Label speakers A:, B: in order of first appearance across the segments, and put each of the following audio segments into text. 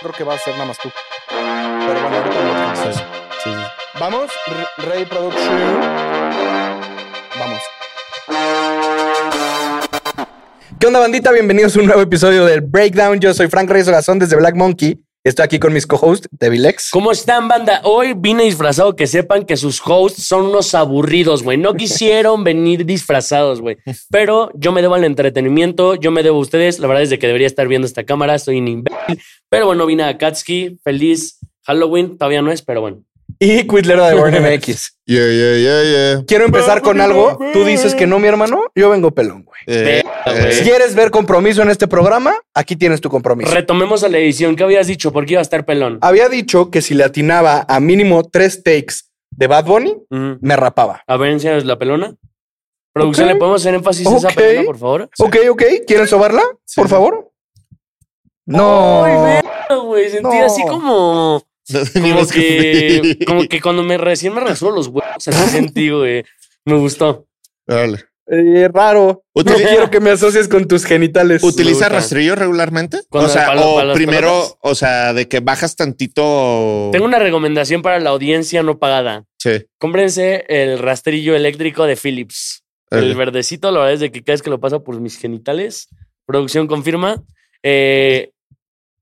A: creo que va a ser nada más tú. Pero bueno, ahorita lo
B: Sí,
A: piensas.
B: sí, sí.
A: Vamos, Re- Rey Production. Vamos. ¿Qué onda, bandita? Bienvenidos a un nuevo episodio del Breakdown. Yo soy Frank Reyes Orazón desde Black Monkey. Estoy aquí con mis co-hosts, Devilex.
B: ¿Cómo están, banda? Hoy vine disfrazado que sepan que sus hosts son unos aburridos, güey. No quisieron venir disfrazados, güey. Pero yo me debo al entretenimiento, yo me debo a ustedes. La verdad es de que debería estar viendo esta cámara, soy un imbécil. Pero bueno, vine a Katsuki. Feliz Halloween, todavía no es, pero bueno.
A: Y Quitlero de Born MX.
C: Yeah, yeah, yeah, yeah.
A: Quiero empezar con algo. Tú dices que no, mi hermano. Yo vengo pelón, güey.
C: Eh,
B: Verga, güey.
A: Si quieres ver compromiso en este programa, aquí tienes tu compromiso.
B: Retomemos a la edición. ¿Qué habías dicho? ¿Por qué iba a estar pelón?
A: Había dicho que si le atinaba a mínimo tres takes de Bad Bunny,
B: Ujú.
A: me rapaba.
B: A ver, enséñanos la pelona. Producción,
A: Ok.
B: ¿le podemos hacer énfasis a esa
A: Ok.
B: pelona, por favor?
A: Ok, ok. ¿Quieren sobarla? Por favor. No.
B: Ay, verga, güey. Sentí
A: No.
B: así como...
C: no
B: Como
C: teníamos
B: que,
C: que-
B: como que cuando me recién me resuelvo los huevos, así sentí, güey. Me gustó.
C: Dale.
A: Eh, raro. No
C: Utili-
A: quiero que me asocies con tus genitales.
C: ¿Utiliza
B: gusta.
C: rastrillo regularmente?
B: Cuando
C: O sea,
B: para-
C: o
B: para las
C: primero,
B: pelotas.
C: o sea, de que bajas tantito.
B: Tengo una recomendación para la audiencia no pagada.
C: Sí.
B: Cómprense el rastrillo eléctrico de Philips. El
C: dale.
B: verdecito, la verdad es de que cada vez que lo paso por mis genitales, producción confirma, eh,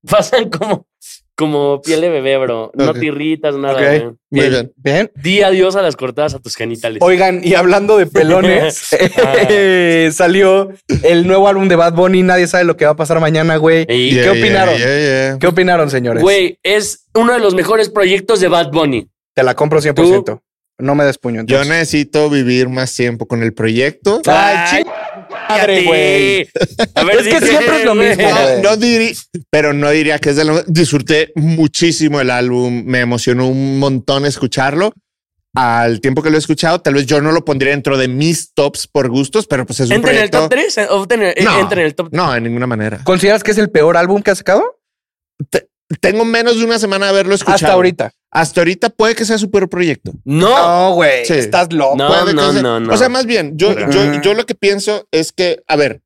B: pasan como, como piel de bebé, bro. No
C: Ok.
B: te irritas, nada.
A: Ok,
B: güey.
C: Muy
A: Bien,
C: bien.
A: bien.
B: Di adiós a las cortadas a tus genitales.
A: Oigan, y hablando de pelones, eh, salió el nuevo álbum de Bad Bunny. Nadie sabe lo que va a pasar mañana, güey.
B: Ey,
A: qué
C: Yeah, yeah,
A: opinaron?
C: yeah, yeah.
A: ¿Qué opinaron, señores?
B: Güey, es uno de los mejores proyectos de Bad Bunny.
A: Te la compro 100%. No me despuño.
C: Yo
A: Entonces.
C: necesito vivir más tiempo con el proyecto.
A: Ay, madre, güey.
B: A ver,
A: Es que
B: dice, eh,
A: siempre es lo
B: güey.
A: mismo,
C: No,
A: güey.
C: no diri- pero no diría que es de lo disfruté muchísimo el álbum, me emocionó un montón escucharlo. Al tiempo que lo he escuchado, tal vez yo no lo pondría dentro de mis tops por gustos, pero pues es un
B: ¿Entra en el
C: proyecto.
B: top 3?
C: No.
B: ¿Entra en el top
C: No, en ninguna manera.
A: ¿Consideras que es el peor álbum que ha sacado?
C: Tengo menos de una semana de haberlo escuchado.
A: Hasta ahorita.
C: Hasta ahorita puede que sea su peor proyecto.
B: No.
A: No, güey.
C: Sí.
A: Estás loco.
B: No,
C: Puede que sea-
B: no, no.
C: O sea, más bien, yo,
B: Ujú.
C: yo, yo lo que pienso es que, a ver,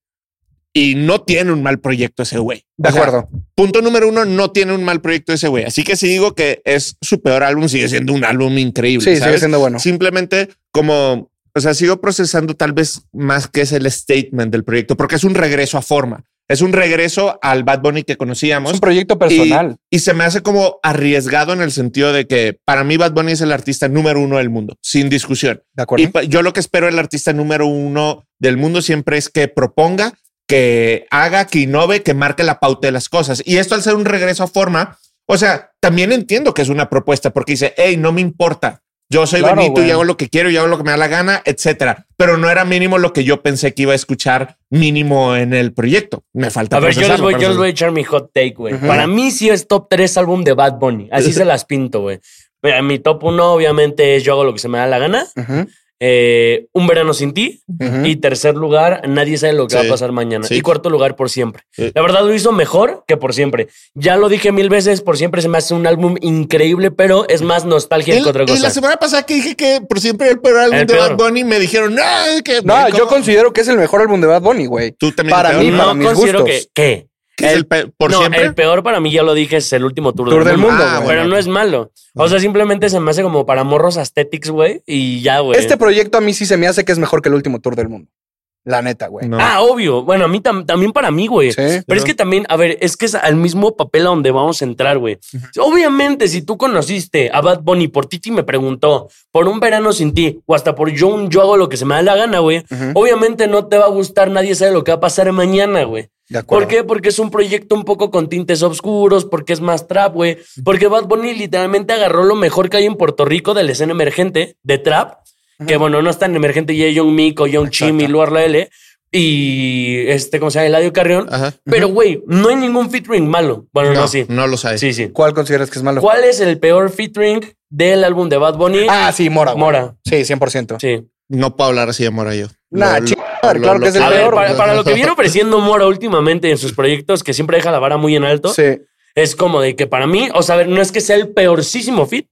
C: y no tiene un mal proyecto ese güey.
A: De
C: O sea,
A: acuerdo.
C: punto número uno, no tiene un mal proyecto ese güey. Así que si digo que es su peor álbum, sigue siendo un álbum increíble.
A: Sí, sigue
C: ¿sabes?
A: siendo bueno.
C: Simplemente como, o sea, sigo procesando tal vez más que es el statement del proyecto, porque es un regreso a forma. Es un regreso al Bad Bunny que
A: Es
C: conocíamos
A: un proyecto personal.
C: y se me hace como arriesgado en el sentido de que para mí Bad Bunny es el artista número uno del mundo, sin discusión.
A: De acuerdo.
C: Y pa- yo lo que espero del artista número uno del mundo siempre es que proponga, que haga, que innove, que marque la pauta de las cosas. Y esto al ser un regreso a forma, o sea, también entiendo que es una propuesta porque dice, hey, no me importa. Yo soy
A: Claro,
C: Benito
A: güey.
C: y hago lo que quiero y hago lo que me da la gana, etcétera. Pero no era mínimo lo que yo pensé que iba a escuchar mínimo en el proyecto. Me falta.
B: A ver, yo les,
C: procesarlo,
B: voy, yo
C: pero-
B: les voy a echar mi hot take, güey.
A: Ujú.
B: Para mí sí es top 3 álbum de Bad Bunny. Así se las pinto, güey. Mira, Mi top 1 obviamente es Yo hago lo que se me da la gana.
A: Ujú,
B: eh, un verano sin ti.
A: ujú.
B: Y tercer lugar, nadie sabe lo que
C: Sí,
B: va a pasar mañana.
C: sí.
B: Y cuarto lugar, por siempre.
C: Eh.
B: La verdad lo hizo mejor que por siempre. Ya lo dije mil veces, por siempre se me hace un álbum increíble, pero es más nostalgia
C: Y-
B: que otra
C: y la
B: cosa.
C: semana pasada que dije que por siempre el peor álbum
B: El
C: de
B: peor.
C: Bad Bunny me dijeron, no, que
A: No, yo
C: ¿cómo?
A: considero que es el mejor álbum de Bad Bunny, güey.
C: tú también
A: para
C: el
A: mí,
C: peor,
A: para
B: no
C: ¿no?
A: mis
B: considero
A: gustos.
B: que... ¿Qué?
C: Que es el pe- por
B: no,
C: siempre.
B: el peor para mí, ya lo dije, es el último tour,
A: Tour del mundo,
C: Ah,
A: güey.
B: Pero no es malo. O sea, simplemente se me hace como para morros aesthetics, güey. Y ya, güey.
A: Este proyecto a mí sí se me hace que es mejor que el último tour del mundo. La neta, güey.
C: No.
B: Ah, obvio. Bueno, a mí tam- también para mí, güey.
A: Sí.
B: Pero es que también, a ver, es que es al mismo papel a donde vamos a entrar, güey. Obviamente, si tú conociste a Bad Bunny por Titi me preguntó, por un verano sin ti, o hasta por yo, un yo hago lo que se me da la gana, güey.
A: Ujú.
B: Obviamente no te va a gustar, nadie sabe lo que va a pasar mañana, güey.
A: De acuerdo.
B: ¿Por qué? Porque es un proyecto un poco con tintes oscuros, porque es más trap, güey. Porque Bad Bunny literalmente agarró lo mejor que hay en Puerto Rico de la escena emergente de trap, que bueno, no es tan emergente ya Young Miko, Young Chimmy, Luar La L y este, ¿cómo se llama? Eladio Carrión.
C: Ajá.
B: Pero, güey, no hay ningún featuring malo. Bueno, no,
C: no,
B: sí.
C: no lo sabes.
B: Sí, sí.
A: ¿Cuál consideras que es malo?
B: ¿Cuál es el peor featuring del álbum de Bad Bunny?
A: Ah, sí, Mora. güey.
B: Mora.
A: Sí, 100%.
B: Sí.
C: No puedo hablar así de Mora yo.
A: Nah,
C: Lo-
A: chi-
C: lo-
A: claro
C: lo-
A: que es el
B: A ver,
A: peor.
B: para,
A: güey.
B: para lo que viene ofreciendo Mora últimamente en sus proyectos, que siempre deja la vara muy en alto,
A: Sí.
B: es como de que para mí, o sea, a ver, no es que sea el peorcísimo fit,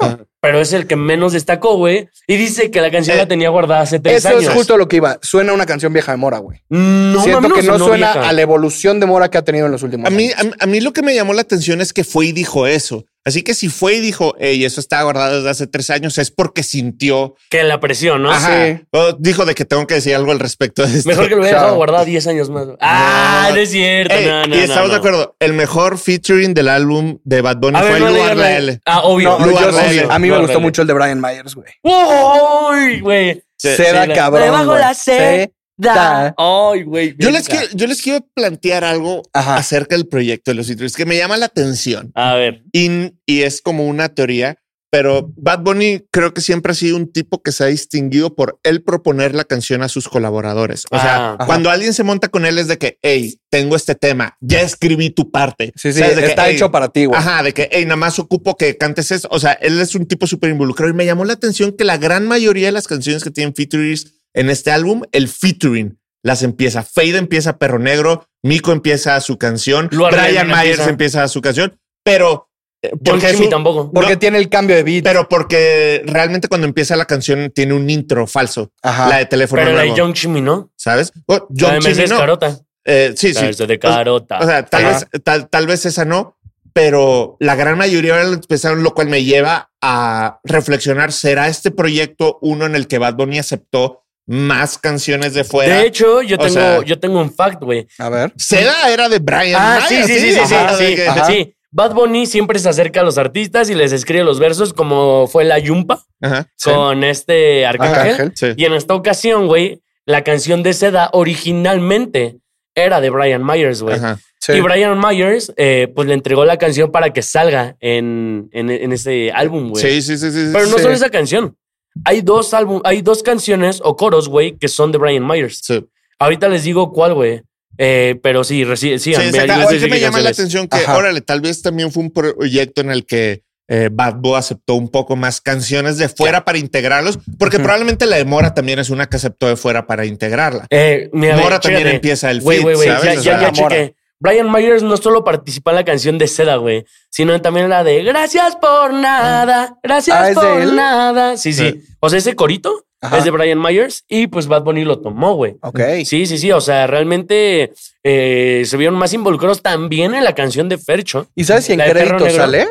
A: Ah.
B: pero es el que menos destacó, güey. Y dice que la canción
C: Eh,
B: la tenía guardada hace tres
A: Eso
B: años.
A: es justo lo que iba. Suena una canción vieja de Mora, güey.
B: No,
A: Siento
B: mames,
A: que no, suena
B: vieja.
A: a la evolución de Mora que ha tenido en los últimos
C: A mí,
A: años.
C: a, a mí lo que me llamó la atención es que fue y dijo eso. Así que si fue y dijo, hey, eso está guardado desde hace tres años, es porque sintió.
B: que la presión, ¿no?
C: Ajá.
A: sí.
C: O dijo de que tengo que decir algo al respecto de esto.
B: Mejor que lo hubiera
A: Claro.
B: dejado guardado 10 años más. güey. Ah, no, es cierto.
C: Ey,
B: no, no,
C: y
B: no,
C: estamos
B: no.
C: de acuerdo. El mejor featuring del álbum de Bad Bunny
B: A
C: fue
B: ver, no
C: Lugar
B: digas
C: la
B: la-
C: L.
B: Ah, obvio.
A: No,
C: Lugar
A: yo
C: Lele.
A: sí, a mí me
B: Lugar
A: gustó
B: Lele.
A: mucho el de Brian Myers, güey.
B: ¡Uy, güey!
C: Sí,
A: Seda
B: sí, la-
A: cabrón.
B: Debajo
A: güey.
B: la seda.
A: Da.
B: ¡Ay, güey!
C: Yo
B: bien,
C: les, quiero, yo les quiero plantear algo
A: Ajá.
C: acerca del proyecto de los featurings que me llama la atención.
B: A ver.
C: y, y es como una teoría, pero Bad Bunny creo que siempre ha sido un tipo que se ha distinguido por él proponer la canción a sus colaboradores. O sea,
B: Ah.
A: Ajá.
C: cuando alguien se monta con él es de que, hey, tengo este tema, ya escribí tu parte.
A: Sí, sí,
C: ¿Sabes? De que,
A: está
C: "Ey,
A: hecho para ti, güey.
C: Ajá, de que, hey, nada más ocupo que cantes eso. O sea, él es un tipo súper involucrado y me llamó la atención que la gran mayoría de las canciones que tienen featurings en este álbum, el featuring las empieza. Fade empieza Perro Negro, Mico empieza su canción,
B: Luar Levin
C: Brian Myers empieza.
B: empieza.
C: su canción, pero eh,
B: John
C: porque es
B: Kimmy
C: un-
B: tampoco.
A: Porque
C: no.
A: tiene el cambio de beat.
C: pero porque realmente cuando empieza la canción tiene un intro falso,
A: Ajá.
C: la de teléfono
B: Ah, Pero la de
C: nuevo,
B: John Chimmy, ¿no?
C: ¿sabes? O
B: La de
C: John
B: Mercedes
C: Chimino.
B: Carota.
C: Eh, sí,
B: La
C: sí.
B: de
C: O-
B: Carota.
C: o sea, tal
A: Ajá.
C: vez, tal, tal vez esa no, pero la gran mayoría ahora lo empezaron, lo cual me lleva a reflexionar: ¿será este proyecto uno en el que Bad Bunny aceptó más canciones de fuera?
B: de hecho, yo
C: o
B: tengo,
C: sea-
B: yo tengo un fact, güey.
A: A ver.
C: Seda era de Brian.
B: Ah, sí,
C: Myers,
B: sí, sí, sí, sí,
C: Ajá, de
B: sí,
C: que-
A: Ajá.
B: sí. Bad Bunny siempre se acerca a los artistas y les escribe los versos, como fue la Yumpa
C: Ajá, sí,
B: con este Arcángel.
A: Arcángel.
C: sí.
B: Y en esta ocasión, güey, la canción de Seda originalmente era de Brian Myers, güey.
C: Ajá.
A: Sí.
B: Y Brian Myers, eh, pues le entregó la canción para que salga en, en, en ese álbum, güey.
C: Sí, sí, sí, sí, sí.
B: Pero no
A: Sí.
B: solo esa canción. Hay dos álbum, hay dos canciones o coros, güey, que son de Brian Myers.
C: Sí.
B: Ahorita les digo cuál, güey. Eh, pero sí, reci- sí,
C: Sí,
B: vean,
C: exacto.
B: vean, les
C: Oye, que
B: digo
C: me
B: qué
C: llama la
B: canciones.
C: atención que,
A: Ajá.
C: órale, tal vez también fue un proyecto en el que eh, Bad Bunny aceptó un poco más canciones de fuera para integrarlos, porque
A: Ujú.
C: probablemente la de Mora también es una que aceptó de fuera para integrarla.
B: Eh, mira,
C: Mora
B: güey,
C: también
B: chécate.
C: empieza el
B: Güey,
C: feat,
B: güey, güey,
C: ¿sabes?
B: ya, ya,
C: O sea,
B: ya
A: Mora.
B: chequé. Brian Myers no solo participa en la canción de Seda, güey, sino también en la de Gracias por nada, gracias
A: Ah, ¿es de
B: por
A: él?
B: nada. Sí, sí. O sea, ese corito
A: Ajá.
B: es de Brian Myers y pues Bad Bunny lo tomó, güey.
A: Ok.
B: Sí, sí, sí. O sea, realmente eh, se vieron más involucrados también en la canción de Fercho.
A: ¿Y sabes si en
B: La de Perro
A: crédito
B: Negro.
A: sale?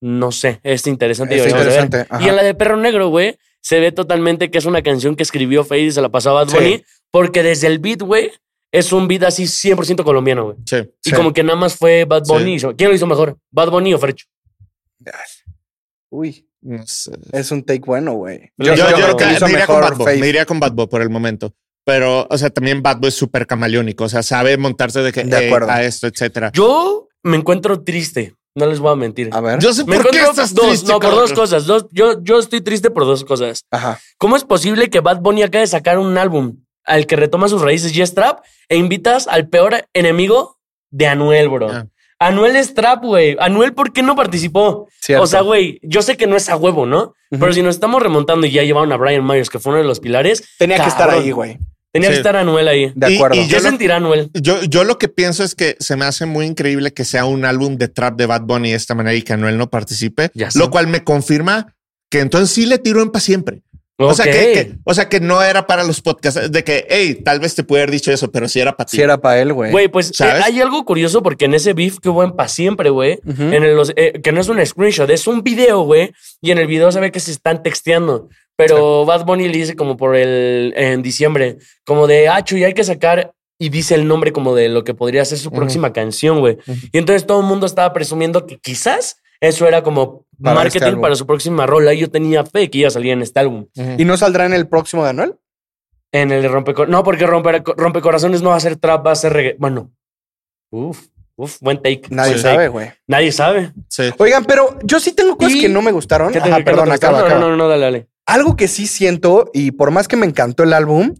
B: No sé, es interesante.
A: Es
B: y vamos a ver.
A: interesante, ajá.
B: Y en la de Perro Negro, güey, se ve totalmente que es una canción que escribió Fade y se la pasó a Bad
A: Sí.
B: Bunny, porque desde el beat, güey, es un beat así 100% colombiano, güey.
C: sí.
B: Y
A: Sí.
B: como que nada más fue Bad
C: Sí.
B: Bunny. y hizo- ¿Quién lo hizo mejor? ¿Bad Bunny o Fercho?
A: Uy,
C: No sé.
A: es un take bueno, güey.
B: Yo-
C: Yo,
B: yo creo
C: yo creo que
B: que
C: me
A: hizo
C: iría con Bad
A: mejor
C: Bunny,
A: Faith.
C: me iría con Bad Bunny por el momento. Pero, o sea, también Bad Bunny es súper camaleónico. O sea, sabe montarse de que
A: De
C: eh,
A: acuerdo.
C: a esto, etcétera.
B: Yo me encuentro triste, no les voy a mentir.
A: A ver.
C: Yo sé
B: me
C: Ah, por qué
B: encuentro
C: estás
B: dos,
C: triste.
B: no, por
C: cabrón.
B: dos cosas. Dos, yo, yo estoy triste por dos cosas.
A: Ajá.
B: ¿Cómo es posible que Bad Bunny acabe de sacar un álbum al que retoma sus raíces y es trap e invitas al peor enemigo de Anuel, bro?
C: Ah.
B: Anuel es trap, güey. Anuel, ¿por qué no participó?
A: Cierto.
B: O sea, güey, yo sé que no es a huevo, ¿no? Pero si nos estamos remontando y ya llevaron a Brian Myers, que fue uno de los pilares.
A: Tenía que estar
B: cabrón.
A: ahí, güey.
B: Tenía que
C: Sí.
B: estar Anuel ahí.
A: De
C: Y-
A: acuerdo.
C: y yo
B: ¿Qué
C: lo-
B: sentirá Anuel?
C: Yo, yo lo que pienso es que se me hace muy increíble que sea un álbum de trap de Bad Bunny de esta manera y que Anuel no participe,
B: Ya sé.
C: lo cual me confirma que entonces sí le tiró en para siempre. O, sea,
B: Ok.
C: que, que- o sea que no era para los podcasts de que, hey, tal vez te pude haber dicho eso, pero sí era para ti.
A: Si era para él, güey.
B: Güey, pues eh,
C: ¿Sabes?
B: hay algo curioso porque en ese beef que hubo en Pa Siempre, güey,
A: Ujú.
B: en el- los- eh, que no es un screenshot, es un video, güey, y en el video se ve que se están texteando. Pero Bad Bunny le dice como por el en diciembre, como de ah, y hay que sacar y dice el nombre como de lo que podría ser su próxima canción, güey. Y entonces todo el mundo estaba presumiendo que quizás eso era como
A: Para este
B: marketing
A: álbum.
B: para su próxima rola y yo tenía fe que iba a salir en este álbum.
A: ¿Y no saldrá en el próximo de Anuel?
B: En el rompecorazones. No, porque romper, rompecorazones no va a ser trap, va a ser reggae. Bueno. Uf, uf, buen take.
A: Nadie
B: Buen
A: sabe,
B: take.
A: güey.
B: Nadie sabe.
C: Sí.
A: Oigan, pero yo sí tengo cosas
B: ¿Y?
A: que no me gustaron.
B: ¿Qué te-
A: Ajá,
B: qué
A: perdón,
B: no te gusta?
A: acaba,
B: no,
A: acaba.
B: no, no, no, dale, dale.
A: Algo que sí siento, y por más que me encantó el álbum,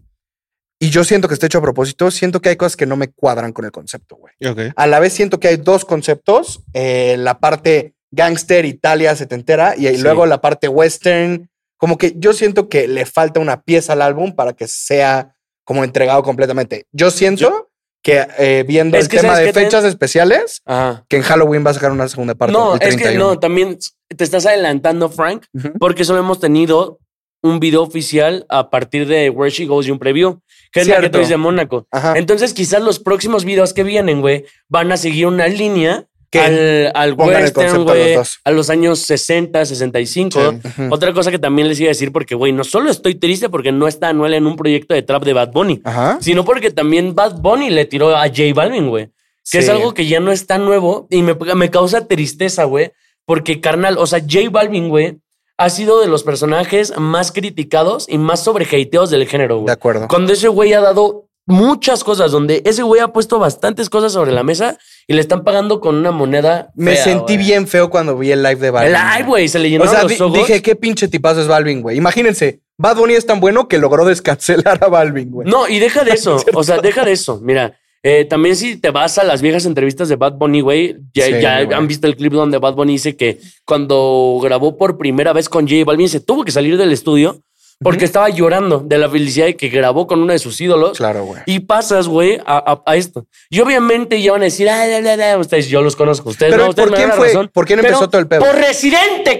A: y yo siento que está hecho a propósito, siento que hay cosas que no me cuadran con el concepto, güey.
C: Ok.
A: A la vez siento que hay dos conceptos, eh, la parte gangster, Italia, setentera, y
B: Sí.
A: luego la parte western. Como que yo siento que le falta una pieza al álbum para que sea como entregado completamente. Yo siento que eh, viendo
B: Es
A: el
B: que
A: tema
B: ¿sabes
A: de
B: qué te-
A: fechas especiales,
B: Ajá.
A: que en Halloween va a sacar una segunda parte.
B: No,
A: el
B: es que
A: 31.
B: no, también te estás adelantando, Frank,
A: Ujú.
B: porque solo hemos tenido un video oficial a partir de Where She Goes y un preview, que es la que
A: Cierto. Ah.
B: tú dices de Mónaco.
A: Ajá.
B: Entonces, quizás los próximos videos que vienen, güey, van a seguir una línea
C: Que
B: al, al
A: pongan el
B: western,
A: concepto a los
B: güey,
A: dos.
B: a los años 60, 65.
C: Sí.
A: Ujú.
B: Otra cosa que también les iba a decir, porque, güey, no solo estoy triste porque no está Anuel en un proyecto de trap de Bad Bunny,
A: Ajá.
B: sino porque también Bad Bunny le tiró a J Balvin, güey. Que es
A: Sí.
B: algo que ya no está nuevo y me, me causa tristeza, güey. Porque, carnal, o sea, J Balvin, güey, ha sido de los personajes más criticados y más sobrehateados del género,
A: De
B: güey.
A: acuerdo.
B: Cuando ese güey ha dado muchas cosas, donde ese güey ha puesto bastantes cosas sobre la mesa y le están pagando con una moneda.
A: Me
B: fea,
A: sentí
B: güey.
A: bien feo cuando vi el live de Balvin.
B: El ay, güey, se le
A: O
B: llenaron
A: sea,
B: los
A: di-
B: ojos.
A: dije, qué pinche tipazo es Balvin, güey. Imagínense, Bad Bunny es tan bueno que logró descancelar a Balvin, güey.
B: No, y deja de eso. o sea, deja de eso. Mira, eh, también si te vas a las viejas entrevistas de Bad Bunny, güey, ya,
A: Sí,
B: ya
A: güey.
B: han visto el clip donde Bad Bunny dice que cuando grabó por primera vez con J Balvin se tuvo que salir del estudio porque estaba llorando de la felicidad de que grabó con uno de sus ídolos.
A: Claro, güey.
B: Y pasas, güey, a, a- a esto. Y obviamente ya van a decir, ay, la, la, la, ustedes, yo los conozco, ustedes
A: Pero
B: no,
A: ¿y
B: ustedes
A: por
B: me
A: quién
B: dan la
A: fue?
B: razón.
A: ¿Por quién
B: Pero
A: empezó todo el pedo?
B: Por Residente,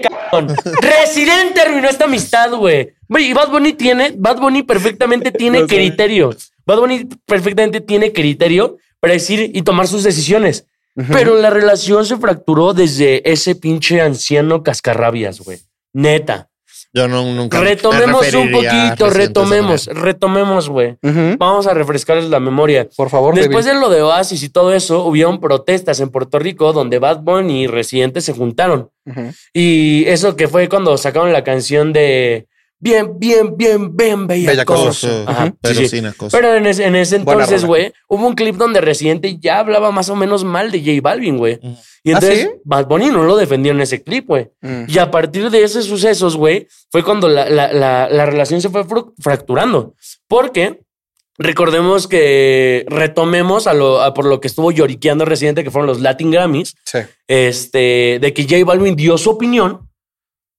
B: cabrón. Residente arruinó esta amistad, güey. Güey, y Bad Bunny tiene, Bad Bunny perfectamente tiene
A: Lo sé.
B: criterio. Bad Bunny perfectamente tiene criterio para decir y tomar sus decisiones. Pero la relación se fracturó desde ese pinche anciano cascarrabias, güey. Neta.
C: Yo no, nunca. me
B: Retomemos un
C: referiría a
B: poquito,
C: Residente de esa
B: retomemos,
C: manera.
B: retomemos, güey.
A: Ujú.
B: Vamos a refrescarles la memoria.
A: Por favor,
B: Después
A: David.
B: de lo de Oasis y todo eso, hubieron protestas en Puerto Rico donde Bad Bunny y Residente se juntaron.
A: Ujú.
B: Y eso que fue cuando sacaron la canción de Bien, bien, bien, bien,
A: Bellacoso.
B: Bellacoso.
C: Acoso,
B: Ajá,
C: pero
B: sí, sí.
C: sin acoso.
B: Pero en ese, en ese
A: pues. Buena
B: entonces,
A: rola.
B: güey, hubo un clip donde Residente ya hablaba más o menos mal de J Balvin, güey.
C: Ujú.
B: Y
A: ¿Ah,
B: entonces
A: sí?
B: Bad Bunny no lo defendió en ese clip, güey.
A: Mm.
B: Y a partir de esos sucesos, güey, fue cuando la, la- la- la relación se fue fru- fracturando. Porque recordemos que retomemos a lo, a por lo que estuvo lloriqueando reciente, que fueron los Latin Grammys,
A: Sí.
B: este, de que J Balvin dio su opinión,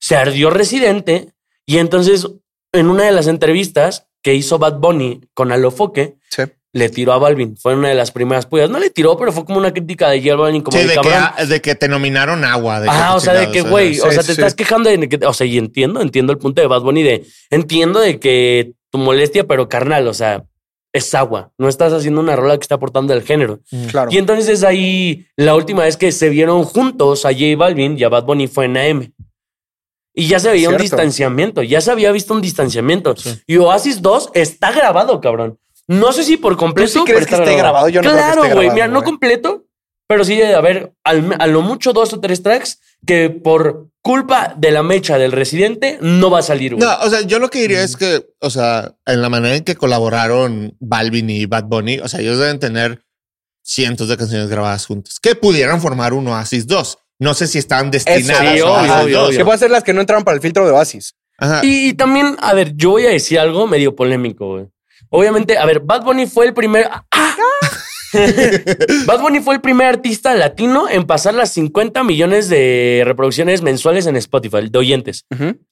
B: se ardió residente, y entonces en una de las entrevistas que hizo Bad Bunny con Alofoque,
A: Sí.
B: le tiró a Balvin. Fue una de las primeras puyas. No le tiró, pero fue como una crítica de J Balvin como
C: Sí,
B: de
C: de
B: cabrón.
C: que, de que te nominaron agua. de que
B: Ajá, o sea, de
C: chingados,
B: que, güey,
A: sí,
B: o sea, te
A: sí.
B: estás quejando de que, o sea, y entiendo, entiendo el punto de Bad Bunny de, entiendo de que tu molestia, pero carnal, o sea, es agua, no estás haciendo una rola que está aportando al género.
A: Claro.
B: Y entonces ahí, la última vez que se vieron juntos a J Balvin y a Bad Bunny fue en AM. Y ya se veía un
A: Cierto.
B: distanciamiento, ya se había visto un distanciamiento.
C: Sí.
B: Y Oasis 2 está grabado, cabrón. No sé si por completo.
A: sí
B: pero
A: crees que
B: está
A: esté grabado? Yo no creo que
B: claro,
A: esté
B: güey.
A: grabado,
B: Mira, no
A: güey.
B: completo, pero sí debe de haber al- a lo mucho dos o tres tracks que por culpa de la mecha del residente no va a salir, güey.
C: No, o sea, yo lo que diría es
B: Mm.
C: que, o sea, en la manera en que colaboraron Balvin y Bad Bunny, o sea, ellos deben tener cientos de canciones grabadas juntas que pudieran formar un Oasis 2. No sé si están destinadas
B: sí,
C: a
B: obvio,
C: Oasis
B: obvio,
C: 2.
B: obvio.
A: ¿Qué puede hacer las que no entraron para el filtro de Oasis?
C: Ajá.
B: Y, y también, a ver, yo voy a decir algo medio polémico, güey. Obviamente, a ver, Bad Bunny fue el primer. ¡Ah! Bad Bunny fue el primer artista latino en pasar las 50 millones de reproducciones mensuales en Spotify, de oyentes.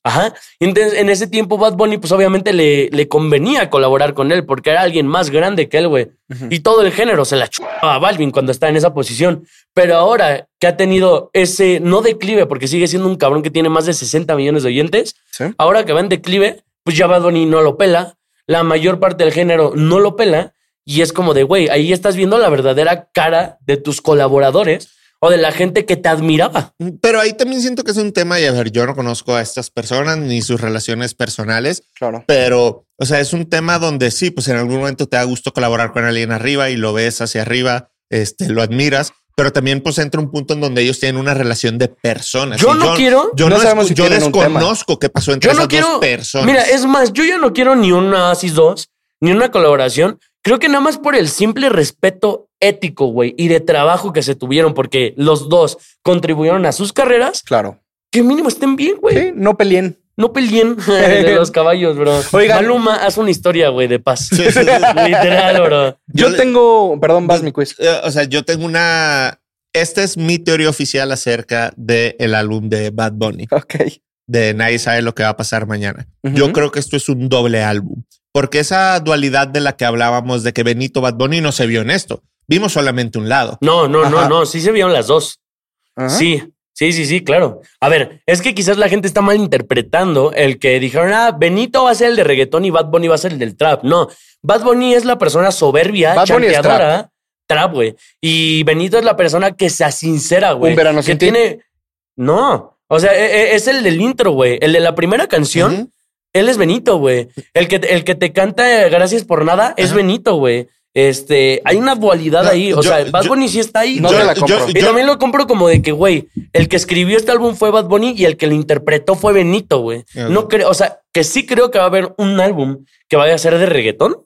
B: Ajá. Y Entonces, en ese tiempo, Bad Bunny, pues obviamente le, le convenía colaborar con él porque era alguien más grande que él, güey. Y todo el género se la chupaba a Balvin cuando está en esa posición. Pero ahora que ha tenido ese, no declive, porque sigue siendo un cabrón que tiene más de 60 millones de oyentes,
A: Sí.
B: ahora que va en declive, pues ya Bad Bunny no lo pela, la mayor parte del género no lo pela, y es como de, güey, ahí estás viendo la verdadera cara de tus colaboradores o de la gente que te admiraba.
C: Pero ahí también siento que es un tema, y a ver, yo no conozco a estas personas ni sus relaciones personales,
A: Claro.
C: pero, o sea, es un tema donde sí, pues en algún momento te da gusto colaborar con alguien arriba y lo ves hacia arriba, este, lo admiras, pero también pues entra un punto en donde ellos tienen una relación de personas.
B: Yo
C: Y
B: no quiero-
C: yo
A: No
C: no, es-
A: sabemos si
C: yo
A: tienen un tema.
C: desconozco qué pasó entre
B: Yo
C: esas
B: no quiero.
C: dos personas.
B: Mira, eh, es más, yo ya no quiero ni una Asis 2, ni una colaboración. Creo que nada más por el simple respeto ético, güey, y de trabajo que se tuvieron, porque los dos contribuyeron a sus carreras,
A: Claro.
B: que mínimo estén bien, güey.
A: Sí, no peleen.
B: No peleen de los caballos, bro.
A: Oigan.
B: Maluma, haz una historia, güey, de paz.
C: Sí, sí, sí.
B: Literal, bro.
A: Yo,
C: le-
A: tengo. Perdón, vas mi quiz.
C: eh, o sea, yo tengo una. Esta es mi teoría oficial acerca del álbum de Bad Bunny.
A: Ok.
C: de nadie sabe lo que va a pasar mañana. Yo
A: Ujú.
C: creo que esto es un doble álbum, Porque esa dualidad de la que hablábamos de que Benito Bad Bunny no se vio en esto. Vimos solamente un lado.
B: No, no, no,
C: Ajá.
B: no. Sí se vieron las dos.
A: Ajá.
B: Sí, sí, sí, sí, claro. A ver, es que quizás la gente está malinterpretando el que dijeron, ah, Benito va a ser el de reggaetón y Bad Bunny va a ser el del trap. No, Bad Bunny es la persona soberbia,
A: Bad Bunny es
B: chanteadora, trap, güey. Y Benito es la persona que se sincera, güey.
A: Un verano
B: que
A: sin ti.
B: tiene... No, o sea, e- e- es el del intro, güey. El de la primera canción.
C: Ujú.
B: Él es Benito, güey. El que, el que te canta eh, Gracias por nada es
C: Ajá.
B: Benito, güey. Este, hay una dualidad
C: No,
B: ahí. O
C: yo-
B: sea, Bad
C: yo-
B: Bunny sí está ahí.
A: No
B: güey.
A: te la compro.
B: y también lo compro como de que, güey, el que escribió este álbum fue Bad Bunny y el que lo interpretó fue Benito, güey.
C: Ajá.
B: No creo, o sea, que sí creo que va a haber un álbum que vaya a ser de reggaetón,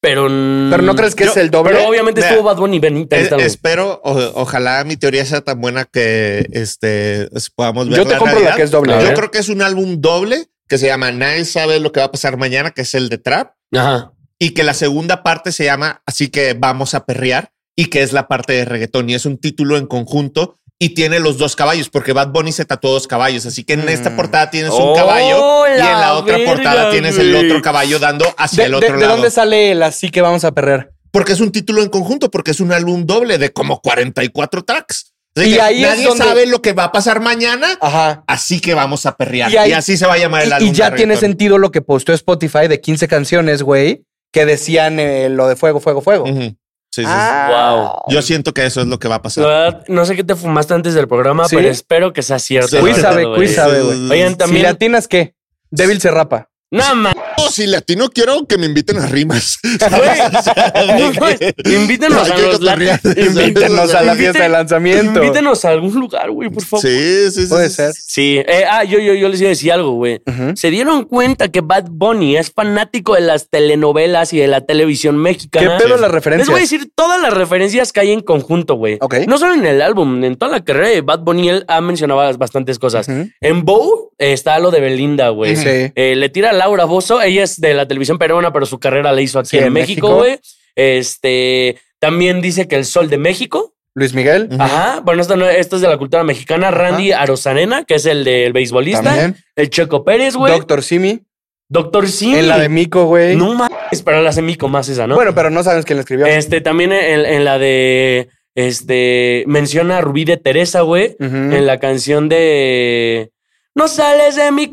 B: pero.
A: Pero no crees que
C: yo-
A: es el doble.
B: Pero obviamente
C: Mira,
B: estuvo Bad Bunny y Benito. en
C: Eh,
B: este álbum.
C: espero, o- ojalá mi teoría sea tan buena que este es- podamos ver.
A: Yo te
C: la
A: compro Pues, la
C: realidad.
A: que es doble. ¿eh?
B: A
C: Yo
B: ver.
C: creo que es un álbum doble que se llama Nadie sabe lo que va a pasar mañana, que es el de Trap,
B: Ajá.
C: y que la segunda parte se llama Así que vamos a perrear, y que es la parte de reggaetón, y es un título en conjunto y tiene los dos caballos, porque Bad Bunny se tatuó dos caballos, así que en esta
A: Mm.
C: portada tienes
B: ¡Oh,
C: un caballo y en
B: la
C: la otra
B: verga,
C: portada tienes
B: güey!
C: el otro caballo dando hacia
A: ¿De,
C: el
A: de-
C: otro
A: de
C: lado.
A: dónde sale el así que vamos a perrer?
C: Porque es un título en conjunto, porque es un álbum doble de como 44 tracks. Así
A: Y
C: que
A: ahí es
C: nadie
A: donde-
C: sabe lo que va a pasar mañana,
A: Ajá.
C: así que vamos a perrear.
A: Y
C: Y,
A: ahí-
C: así se va a llamar Ah, el
A: Y-
C: álbum.
A: Y, ya
C: de
A: tiene
C: reggaetón.
A: sentido lo que postó Spotify de 15 canciones, güey, que decían eh, lo de fuego, fuego, fuego.
C: Ujú. Sí, sí, sí.
A: Ah.
C: Yo siento que eso es lo que va a pasar.
B: La verdad, no sé qué te fumaste antes del programa,
A: ¿Sí?
B: pero espero que sea cierto.
C: Sí.
B: la
A: Quiz
B: verdad,
A: sabe,
B: güey.
A: quiz sabe, güey.
B: Oigan,
A: Si
B: también.
A: le atinas, ¿qué? Débil se rapa.
B: Nada más.
C: No, Oh, si latino quiero que me inviten a rimas.
B: Güey, no, no, invítenos a
C: Hay que
B: los
C: cotorrear.
B: la-
C: Pues
A: Invítenos a la
B: Invite-
A: fiesta de lanzamiento.
B: Invítenos a algún lugar, güey, por favor. Sí.
C: Sí, sí, sí.
A: Puede
C: sí,
A: ser.
C: sí.
B: eh, ah, yo, yo, yo les iba a decir algo, güey.
A: Ujú.
B: ¿Se dieron cuenta que Bad Bunny es fanático de las telenovelas y de la televisión
A: ¿Qué
B: mexicana?
A: pedo las
B: Les
A: referencias?
B: voy a decir todas las referencias que hay en conjunto, güey.
A: Ok.
B: No solo en el álbum, en toda la carrera de Bad Bunny él ha mencionado bastantes cosas.
A: Ujú.
B: En Bow eh, está lo de Belinda, güey.
A: Sí.
B: Eh, le tira a Laura Bozo. Ella es de la televisión peruana, pero su carrera la hizo aquí
A: Sí,
B: en,
A: en
B: México,
A: México.
B: güey. Este también dice que el sol de México.
A: Luis Miguel.
C: Ujú.
B: Ajá. Bueno, esto, no- esto es de la cultura mexicana. Randy Arozarena, que es el del beisbolista.
A: También.
B: El Checo Pérez, güey.
A: Doctor Simi.
B: Doctor Simi.
A: En la de Mico, güey.
B: No mames, pero la semico más esa, ¿no?
A: Bueno, pero no sabes quién la escribió.
B: Este, también en, en la de. Este. Menciona a Rubí de Teresa, güey.
A: Ujú.
B: En la canción de. No sales de mi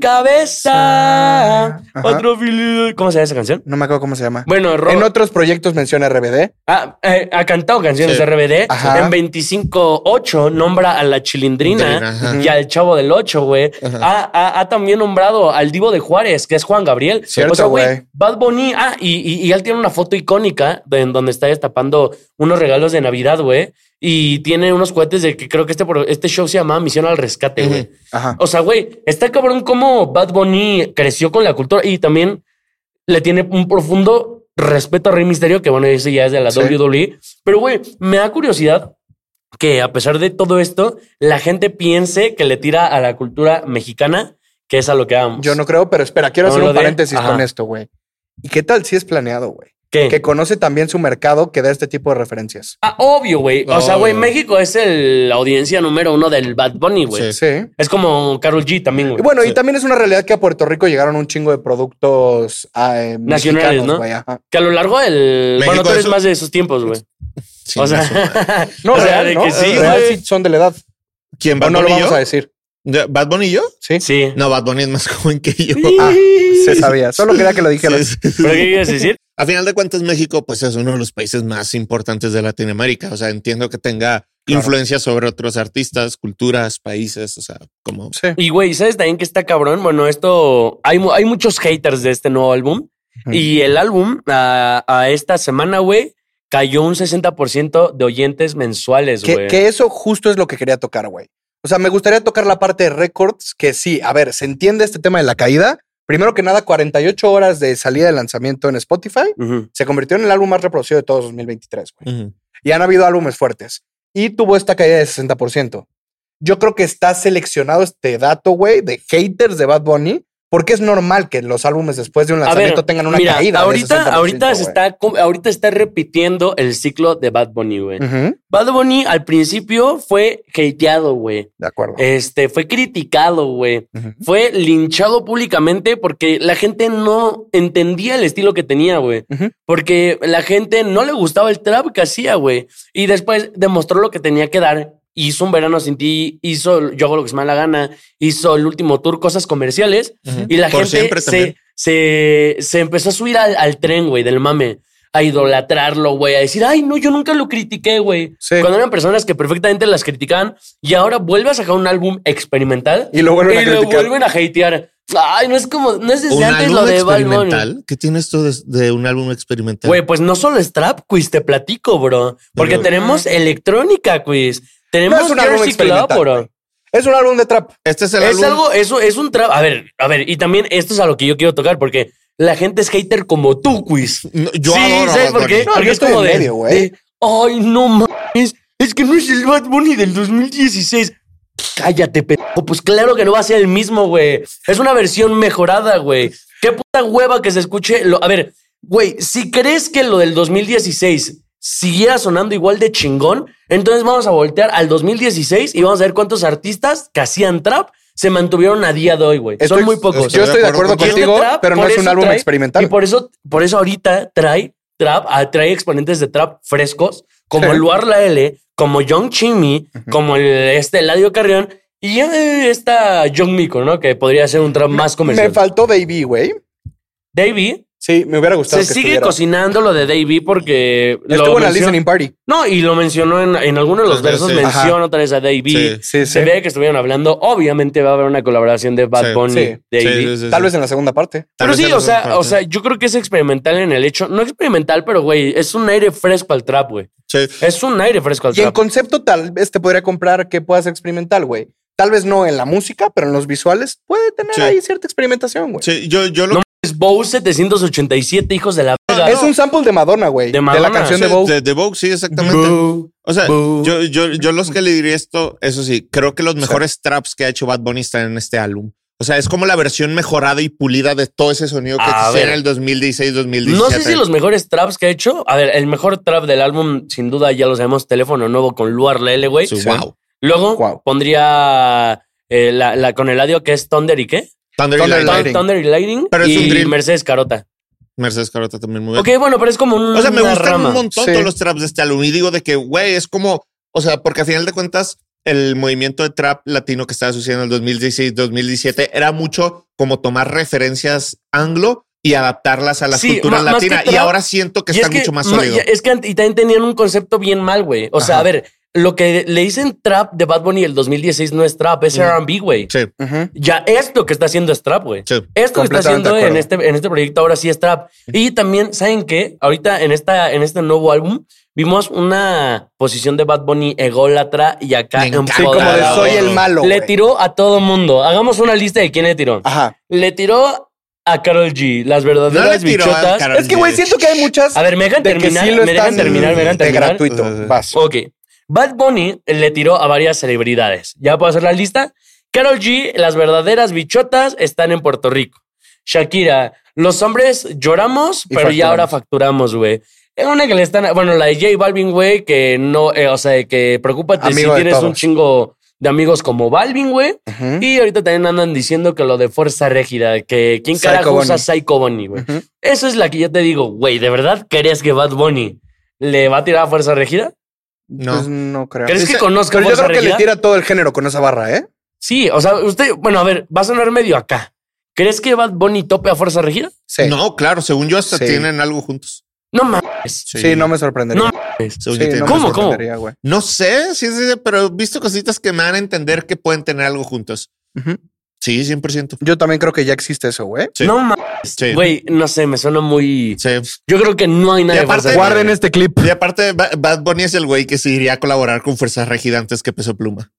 B: cabeza.
A: Ah, ajá.
B: Otro fili- ¿Cómo se llama esa canción?
A: No me acuerdo cómo se llama.
B: Bueno, Ro-
A: En otros proyectos menciona RBD.
B: ah, eh, ha cantado canciones
C: Sí.
B: de RBD.
A: Ajá.
B: En 25.8 nombra a la chilindrina
C: Ajá.
B: y al chavo del 8, güey.
A: Ah,
B: Ha, ha- ha también nombrado al divo de Juárez, que es Juan Gabriel.
A: Cierto,
B: o sea, güey,
A: güey.
B: Bad Bunny. Ah, y, y- y él tiene una foto icónica de- en donde está destapando unos regalos de Navidad, güey. Y tiene unos cohetes de que creo que este, pro- este show se llama Misión al Rescate, güey.
C: Ujú.
A: Ajá.
B: O sea, güey, está cabrón cómo Bad Bunny creció con la cultura y también le tiene un profundo respeto a Rey Misterio, que bueno, ese ya es de la
A: Sí.
B: WWE. Pero, güey, me da curiosidad que a pesar de todo esto, la gente piense que le tira a la cultura mexicana, que es a lo que vamos.
A: Yo no creo, pero espera, quiero
B: No,
A: hacer
B: lo
A: un
B: de-
A: paréntesis
B: ajá.
A: con esto, güey. ¿Y qué tal si es planeado, güey?
B: ¿Qué?
A: Que conoce también su mercado que da este tipo de referencias.
B: Ah, obvio, güey. O sea, güey,
C: Obvio.
B: México es el- la audiencia número uno del Bad Bunny, güey.
C: Sí.
A: Sí.
B: Es como Carol G también, güey.
A: Y bueno, y
C: Sí.
A: también es una realidad que a Puerto Rico llegaron un chingo de productos ah, eh,
B: Nacionales,
A: mexicanos,
B: ¿no?
A: güey, ajá.
B: Que a lo largo del...
C: México
B: bueno, tú eres
C: es un-
B: más de esos tiempos, güey.
C: Sí,
B: o sea,
C: eso.
A: No,
B: o sea,
A: real,
B: de
A: ¿no?
B: que sí,
A: Real,
B: güey.
A: sí son de la edad.
C: ¿Quién
A: O
C: Bad
A: no lo
C: Bunny y
A: vamos a
C: yo?
A: decir.
C: ¿Bad Bunny y yo?
A: Sí.
B: Sí.
C: No, Bad Bunny es más joven que yo.
A: Ah, se sabía. Solo quería que lo dijeras.
C: Sí, sí, sí.
B: ¿Pero qué quieres decir?
C: A final de cuentas, México pues es uno de los países más importantes de Latinoamérica. O sea, entiendo que tenga
A: Claro.
C: influencia sobre otros artistas, culturas, países. O sea, como
A: Sí.
B: Y güey, ¿sabes también que está cabrón? Bueno, esto hay, mu- hay muchos haters de este nuevo álbum
A: Ujú.
B: y el álbum a, a esta semana, güey, cayó un 60% de oyentes mensuales,
A: Que,
B: güey.
A: que eso justo es lo que quería tocar, güey. O sea, me gustaría tocar la parte de récords, que sí, a ver, se entiende este tema de la caída. Primero que nada, 48 horas de salida de lanzamiento en Spotify
B: Ujú.
A: se convirtió en el álbum más reproducido de todos 2023, güey.
C: Ujú.
A: Y han habido álbumes fuertes. Y tuvo esta caída de 60%. Yo creo que está seleccionado este dato, güey, de haters de Bad Bunny Porque es normal que los álbumes después de un
B: A
A: lanzamiento
B: ver,
A: tengan una
B: mira,
A: caída. del
B: Ahorita,
A: 60%,
B: ahorita, se
A: güey.
B: está, co- ahorita está repitiendo el ciclo de Bad Bunny, güey.
A: Ujú,
B: Bad Bunny al principio fue hateado, güey.
A: de acuerdo.
B: Este, fue criticado, güey.
A: Ujú.
B: Fue linchado públicamente porque la gente no entendía el estilo que tenía, güey.
A: Ujú.
B: Porque la gente no le gustaba el trap que hacía, güey. Y después demostró lo que tenía que dar. Hizo un verano sin ti, hizo Yo hago lo que se me da la gana, hizo el último tour, cosas comerciales. Y la
C: Por
B: gente
C: siempre
B: se,
C: también.
B: se, se empezó a subir al, al tren, güey, del mame. A idolatrarlo, güey. A decir, ay, no, yo nunca lo critiqué, güey.
A: Sí.
B: Cuando eran personas que perfectamente las criticaban y ahora vuelve a sacar un álbum experimental
A: Y lo vuelven a
B: y lo
A: criticar.
B: vuelven a hatear. Ay, no es como, no es desde
C: Un
B: antes
C: álbum
B: lo de Bad Bunny.
C: experimental. ¿Qué tiene esto de, de un álbum experimental?
B: Güey, pues no solo es trap quiz, te platico, bro. Porque
C: Pero-
B: tenemos electrónica quiz. Tenemos
A: No es un álbum
B: Jersey Club,
A: experimental,
B: bro.
A: güey. Es un álbum de trap.
C: este es el
B: es
C: álbum.
B: algo, eso es un trap. A ver, a ver, y también esto es a lo que yo quiero tocar porque la gente es hater como tú, quiz.
C: No, yo
B: Sí,
C: adoro. a
B: ¿sabes
C: Bad
B: por qué?
C: Bunny.
A: No,
B: Porque
A: yo
B: es
A: estoy
B: como
A: en
B: de,
A: medio, güey.
B: de, Ay, no mames. Es que no es el Bad Bunny del 2016. Cállate, pendejo. Pues claro que no va a ser el mismo, güey. Es una versión mejorada, güey. Qué puta hueva que se escuche. lo- a ver, güey, si crees que lo del 2016 siguiera sonando igual de chingón, entonces vamos a voltear al 2016 y vamos a ver cuántos artistas que hacían trap se mantuvieron a día de hoy, güey. Son
A: Estoy-
B: muy pocos.
A: Yo estoy de acuerdo
B: Y es de
A: contigo,
B: trap,
A: pero no
B: por
A: es un
B: eso
A: álbum
B: trae-
A: experimental.
B: Y por eso, por eso ahorita trae trap, ah, trae exponentes de trap frescos, como
A: Sí.
B: Luar La L, como Young Chimmy, como el, este Eladio Carrión y eh, esta Young Miko, ¿no? Que podría ser un trap más
A: Me
B: comercial.
A: faltó Baby, güey.
B: Davey
A: Sí, me hubiera gustado.
B: se
A: que
B: sigue
A: estuviera.
B: cocinando lo de Davey porque lo
A: Estuvo en la
B: mencionó-
A: listening party.
B: No, y lo mencionó en, en alguno de los
C: Sí,
B: versos,
C: sí.
B: menciona otra vez a Davey.
C: Sí,
A: Sí, sí.
B: Se ve que estuvieron hablando. Obviamente va a haber una colaboración de Bad
C: Sí,
B: Bunny,
A: sí,
B: Davey.
C: Sí, sí, sí,
A: Tal
C: sí.
A: vez en la segunda parte.
C: Tal
B: Pero
C: vez
B: sí,
C: sea la
B: o sea,
C: segunda
B: o
C: parte.
B: sea, yo creo que es experimental en el hecho. No experimental, pero güey, es un aire fresco al trap, güey.
C: Sí.
B: Es un aire fresco al
A: Y en
B: trap.
A: concepto, tal vez te podría comprar que puedas experimentar, güey. Tal vez no en la música, pero en los visuales puede tener
C: Sí.
A: ahí cierta experimentación, güey.
C: Sí, yo, yo lo
B: No Es Bow 787, hijos de la verga.
A: Es un sample de Madonna, güey.
B: De
A: De,
B: Madonna.
A: la canción
C: Sí,
A: de Bow.
C: De, de Vogue, sí, exactamente.
B: Bow.
C: O sea,
B: Boo.
C: yo, yo, yo los que le diría esto, eso sí, creo que los mejores traps que ha hecho Bad Bunny están en este álbum. O sea, es como la versión mejorada y pulida de todo ese sonido que
B: A
C: existía en
B: ver.
C: el 2016, 2017.
B: No sé si los mejores traps que ha hecho. A ver, el mejor trap del álbum, sin duda, ya lo sabemos, teléfono nuevo con Luar Lele, güey.
C: Sí,
A: Sí.
C: Wow.
B: Luego
A: Wow.
B: pondría eh, la, la con el audio que es Thunder y qué?
C: Thunder,
A: Thunder
C: y Lightning.
A: Lightning. Lighting.
B: Thunder y Lightning.
C: Pero es
B: y
C: un drill.
B: Mercedes Carota.
C: Mercedes Carota también muy bien.
B: Ok, bueno, pero es como un.
C: O sea, me
B: una
C: gustan
B: rama.
C: un montón
A: Sí.
C: todos los traps de este álbum. Y digo de que, güey, es como, o sea, porque a final de cuentas, el movimiento de trap latino que estaba sucediendo en el 2016, 2017 era mucho como tomar referencias anglo y adaptarlas a las
B: Sí,
C: culturas
B: ma- más que
C: latinas. Y
B: trap,
C: ahora siento que
B: Y es
C: están mucho más
B: ma-
C: sólidos.
B: ya- Es que ant- y también tenían un concepto bien mal, güey. O sea,
A: Ajá.
B: a ver, lo que le dicen trap de Bad Bunny el 2016 no es trap, es RB, güey.
C: Sí,
A: Ujú.
B: Ya esto que está haciendo es trap, güey.
C: sí.
A: Pues,
B: Esto que está
A: Completamente
B: haciendo
A: de acuerdo.
B: en este, en este proyecto ahora sí es trap. Y también, ¿saben qué? Ahorita en, esta, en este nuevo álbum vimos una posición de Bad Bunny ególatra y acá
C: Me encanta.
A: Sí, como de
B: empoderado.
A: soy el malo.
B: Le
A: güey. Ah.
B: tiró a todo mundo. Hagamos una lista de quién le tiró.
A: Ajá.
B: Le tiró a Carol G, las
C: No le
B: verdaderas
C: tiró a
B: bichotas.
C: Karol
A: Es que, güey, siento que hay muchas.
B: A ver, me dejan
A: de que
B: terminar,
A: sí lo
B: me dejan
A: están
B: terminar, me dejan
A: de
B: terminar.
A: gratuito. Vas.
B: Ok. Bad Bunny le tiró a varias celebridades. Ya puedo hacer la lista. Carol G, las verdaderas bichotas están en Puerto Rico. Shakira, los hombres lloramos,
A: Y
B: pero ya
A: facturamos.
B: ahora facturamos, güey. Es una que le están, bueno, la de J Balvin, güey, que no, eh, o sea, que preocúpate
A: Amigo de
B: si tienes un
A: todos.
B: chingo de amigos como Balvin, güey.
A: Ujú.
B: Y ahorita también andan diciendo que lo de Fuerza Régida, que quién
A: Psycho
B: carajo usa
A: Bunny.
B: Psycho Bunny, güey.
A: Ujú.
B: Eso es la que yo te digo, güey, ¿de verdad crees que Bad Bunny le va a tirar a Fuerza Regida?
C: No.
A: Pues no creo.
B: ¿Crees que
C: Ese-
B: conozca
A: Pero yo
B: Fuerza
A: creo que
B: Regida?
A: le tira todo el género con esa barra, ¿eh?
B: Sí, o sea, usted, bueno, a ver, va a sonar medio acá. ¿Crees que Bad Bunny tope a Fuerza Regida?
A: Sí.
C: No, claro, según yo hasta
A: Sí.
C: tienen algo juntos.
B: No mames.
A: sí. no me sorprendería.
B: No
C: Según
A: Sí,
C: yo tienen
A: no
C: algo
B: ¿Cómo,
A: me
C: juntos.
B: cómo?
A: sorprendería, güey.
C: No sé, sí, sí, sí, pero he visto cositas que me dan a entender que pueden tener algo juntos.
A: Ujú.
C: Sí, 100%.
A: Yo también creo que ya existe eso, güey.
C: Sí.
B: No mames.
C: Sí.
B: Güey, no sé, me suena muy.
C: Sí.
B: Yo creo que no hay nadie
C: Y aparte-
B: de Fuerza
A: Guarden este clip.
C: Y aparte, Ba- Bad Bunny es el güey que se iría a colaborar con Fuerzas Regidas antes que Peso Pluma.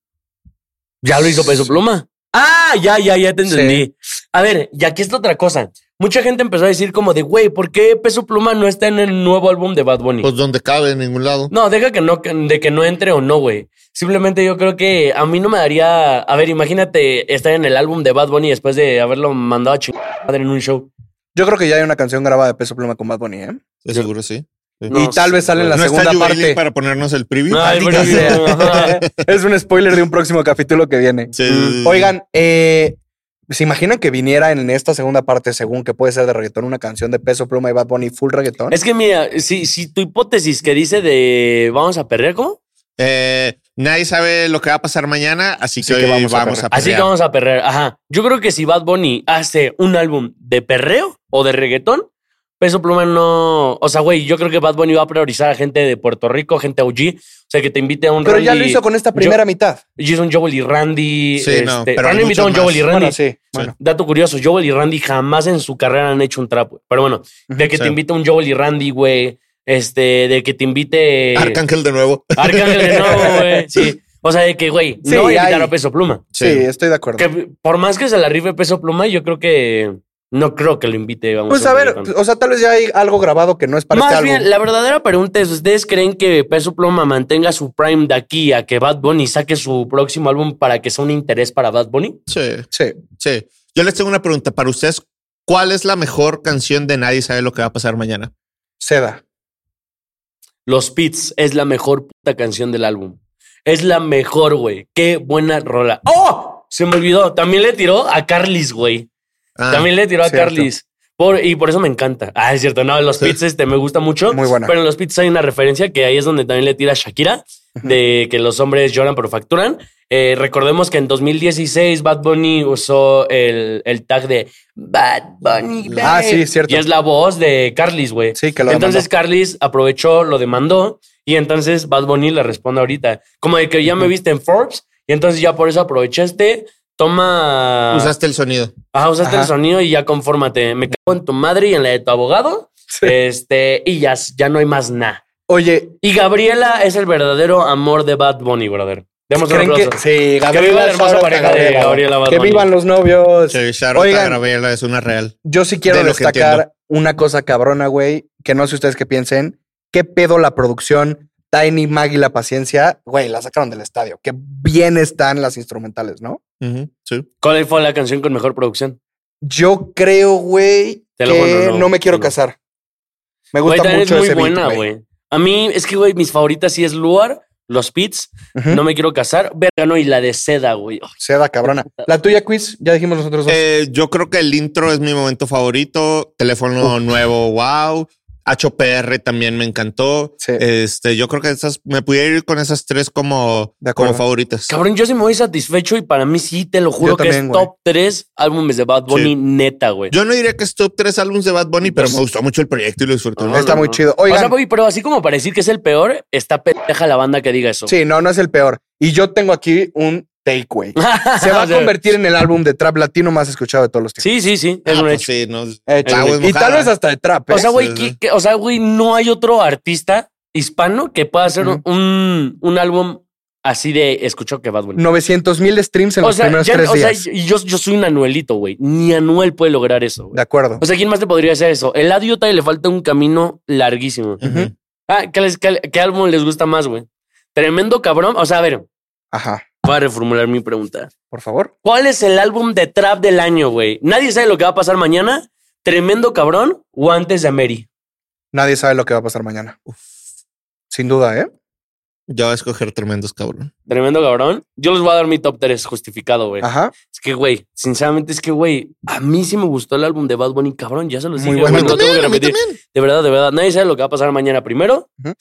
B: Ya lo hizo Peso Pluma. Ah, ya, ya, ya te entendí. A ver, y aquí está otra cosa. mucha gente empezó a decir como de, güey, ¿por qué Peso Pluma no está en el nuevo álbum de Bad Bunny?
C: Pues donde cabe, en ningún lado.
B: No, deja que no, que- de que no entre o no, güey. Simplemente yo creo que a mí no me daría. A ver, imagínate estar en el álbum de Bad Bunny después de haberlo mandado a chingar madre en un show.
A: Yo creo que ya hay una canción grabada de Peso Pluma con Bad Bunny, ¿eh?
C: De seguro sí.
B: No,
A: y tal vez sale en la
D: no
A: segunda
D: está
A: parte.
D: Jubilee para ponernos el preview.
B: Ay,
D: Maldita
B: pero-
D: sea.
B: ajá.
A: es un spoiler de un próximo capítulo que viene. Mm.
C: Sí, sí, sí.
A: Oigan, eh, ¿se imaginan que viniera en esta segunda parte, según que puede ser de reggaetón, una canción de Peso Pluma y Bad Bunny full reggaetón?
B: Es que mira, si, si tu hipótesis que dice de vamos a perrear, ¿cómo?
D: Eh,
C: Nadie sabe lo que va a pasar mañana, así
A: Así
C: que, hoy vamos,
A: perrear.
C: a,
B: Así que
C: perrear.
B: vamos a perrear. Ajá. Yo creo que si Bad Bunny hace un álbum de perreo o de reggaetón, Peso Pluma no. O sea, güey, yo creo que Bad Bunny va a priorizar a gente de Puerto Rico, gente OG. O sea, que te invite a un
A: Pero ya lo
B: Randy-
A: hizo con esta primera mitad.
B: Jason Joel y Randy.
C: Sí, no,
B: este,
C: pero
B: han
C: hay
B: invitado a un
C: muchos
B: Joel y Randy.
A: Bueno, sí. Bueno.
B: Dato curioso, Joel y Randy jamás en su carrera han hecho un trap, güey. Pero bueno, de que
C: sí.
B: te invite un Joel y Randy, güey. Este, de que te invite.
C: Arcángel de nuevo.
B: Arcángel de nuevo, güey. Sí. O sea, de que, güey,
A: Sí,
B: no va a invitar
A: hay.
B: a Peso Pluma.
A: Sí,
C: Sí.
A: estoy de acuerdo.
B: Que por más que se la rife Peso Pluma, yo creo que. No creo que lo invite. Vamos
A: Pues a
B: un
A: ver,
B: reggaetón.
A: o sea, tal vez ya hay algo grabado que no es para
B: Más
A: este
B: bien,
A: álbum.
B: la verdadera pregunta es: ¿Ustedes creen que Peso Pluma mantenga su prime de aquí a que Bad Bunny saque su próximo álbum para que sea un interés para Bad Bunny?
C: Sí,
A: Sí.
C: sí. Yo les tengo una pregunta para ustedes. ¿Cuál es la mejor canción de Nadie sabe lo que va a pasar mañana?
A: Seda.
B: Los Pits es la mejor puta canción del álbum. Es la mejor, güey. Qué buena rola. ¡Oh! Se me olvidó. También le tiró a Carlis, güey.
C: Ah,
B: También le tiró a
A: cierto.
B: Carlis. Por, y por eso me encanta. Ah, es cierto. No, los
C: Sí.
B: Pits este, me gusta mucho.
A: Muy buena.
B: Pero en los Pits hay una referencia que ahí es donde también le tira a Shakira, de que los hombres lloran pero facturan. Eh, recordemos que en 2016 Bad Bunny usó el, el tag de Bad Bunny. babe.
A: Ah, sí, cierto.
B: Y es la voz de Carlis, güey.
A: Sí, que lo
B: Entonces Carlis aprovechó, lo demandó y entonces Bad Bunny le responde ahorita. Como de que ya me viste en Forbes y entonces ya por eso aprovechaste. Toma.
C: Usaste el sonido.
B: ajá, usaste
A: Ajá.
B: el sonido y ya confórmate. Me cago en tu madre y en la de tu abogado. Este, y ya, ya no hay más nada.
A: Oye,
B: Y Gabriela es el verdadero amor de Bad Bunny, brother. Demos un
A: ¿creen que
B: aplauso.
A: sí,
B: Que viva la hermosa
A: Sara
B: pareja de
A: Gabriela.
B: Gabriela Bad
A: Que
B: Bunny.
A: vivan los novios.
C: Sí,
A: Oigan.
C: Gabriela es una real.
A: Yo sí quiero
C: De lo que
A: destacar
C: entiendo.
A: una cosa cabrona, güey, que no sé ustedes qué piensen. ¿Qué pedo la producción? Tiny Maggie La Paciencia, güey, la sacaron del estadio. Qué bien están las instrumentales, ¿no?
C: Ujú, sí.
B: ¿Cuál fue la canción con mejor producción?
A: Yo creo, güey,
B: Te
A: que
B: lo juro, no,
A: no,
B: no,
A: me quiero
B: no.
A: casar. Me
B: Güey,
A: gusta
B: también es
A: mucho
B: muy
A: ese beat,
B: buena, güey. A mí, es que, güey, mis favoritas sí es Luar, Los Pits
A: Ujú.
B: No me quiero casar. Verga, no, y la de seda, güey. Ah, Ay,
A: Seda cabrona. La tuya, quiz, ya dijimos nosotros dos.
C: Eh, yo creo que el intro es mi momento favorito. Teléfono nuevo, wow. HPR también me encantó.
A: Sí.
C: Este, yo creo que esas me pudiera ir con esas tres como,
A: De acuerdo.
C: como favoritas.
B: Cabrón, yo sí me voy satisfecho y para mí sí, te lo juro
A: Yo
B: que
A: también,
B: es
A: güey.
B: top 3 álbumes de Bad Bunny,
C: Sí.
B: neta, güey.
C: Yo no diría que es top tres álbumes de Bad Bunny, pero
B: Pues-
C: me gustó mucho el proyecto y lo disfruté.
B: No,
A: Está
B: no,
A: muy
B: no.
A: chido.
B: O
A: Oigan,
B: sea, güey, pero así como para decir que es el peor, está pendeja la banda que diga eso.
A: sí, no, no es el peor. Y yo tengo aquí un takeaway. Se va
B: O
A: a
B: sea,
A: convertir en el álbum de trap latino más escuchado de todos los tiempos.
B: Sí, sí, sí.
C: Ah,
B: Es un
C: pues
B: hecho.
C: sí, no.
A: Hecho.
C: Agua
A: Eh, y
C: mojada.
A: tal vez hasta de trap. ¿eh?
B: O sea, güey,
C: Sí,
B: que-
C: sí.
B: que- o sea, güey, no hay otro artista hispano que pueda hacer
A: Ujú.
B: un, un álbum así de escuchó que Bad Bunny.
A: 900 mil streams en
B: o
A: los
B: sea,
A: primeros
B: ya-
A: tres
B: o sea,
A: días.
B: y yo, yo soy un Anuelito, güey. Ni Anuel puede lograr eso, güey.
A: de acuerdo.
B: O sea, ¿quién más te podría hacer eso? El Adiota le falta un camino larguísimo.
C: Ujú.
B: Ah, ¿qué, les- qué- qué álbum les gusta más, güey? Tremendo cabrón. O sea, a ver,
A: Ajá.
B: voy a reformular mi pregunta.
A: Por favor.
B: ¿Cuál es el álbum de trap del año, güey? Nadie sabe lo que va a pasar mañana. Tremendo cabrón, guantes de Mary.
A: Nadie sabe lo que va a pasar mañana. Sin duda, ¿eh?
C: Yo voy a escoger tremendos cabrón.
B: Tremendo cabrón. Yo les voy a dar mi top 3 justificado, güey.
A: Ajá.
B: Es que, güey, sinceramente es que, güey, a mí sí me gustó el álbum de Bad Bunny, cabrón. Ya se los
A: Muy
B: dije,
A: bueno.
B: güey,
C: A mí
B: lo tengo que
C: también, a mí
B: repetir.
C: también.
B: De verdad, de verdad. Nadie sabe lo que va a pasar mañana primero.
A: Ujú.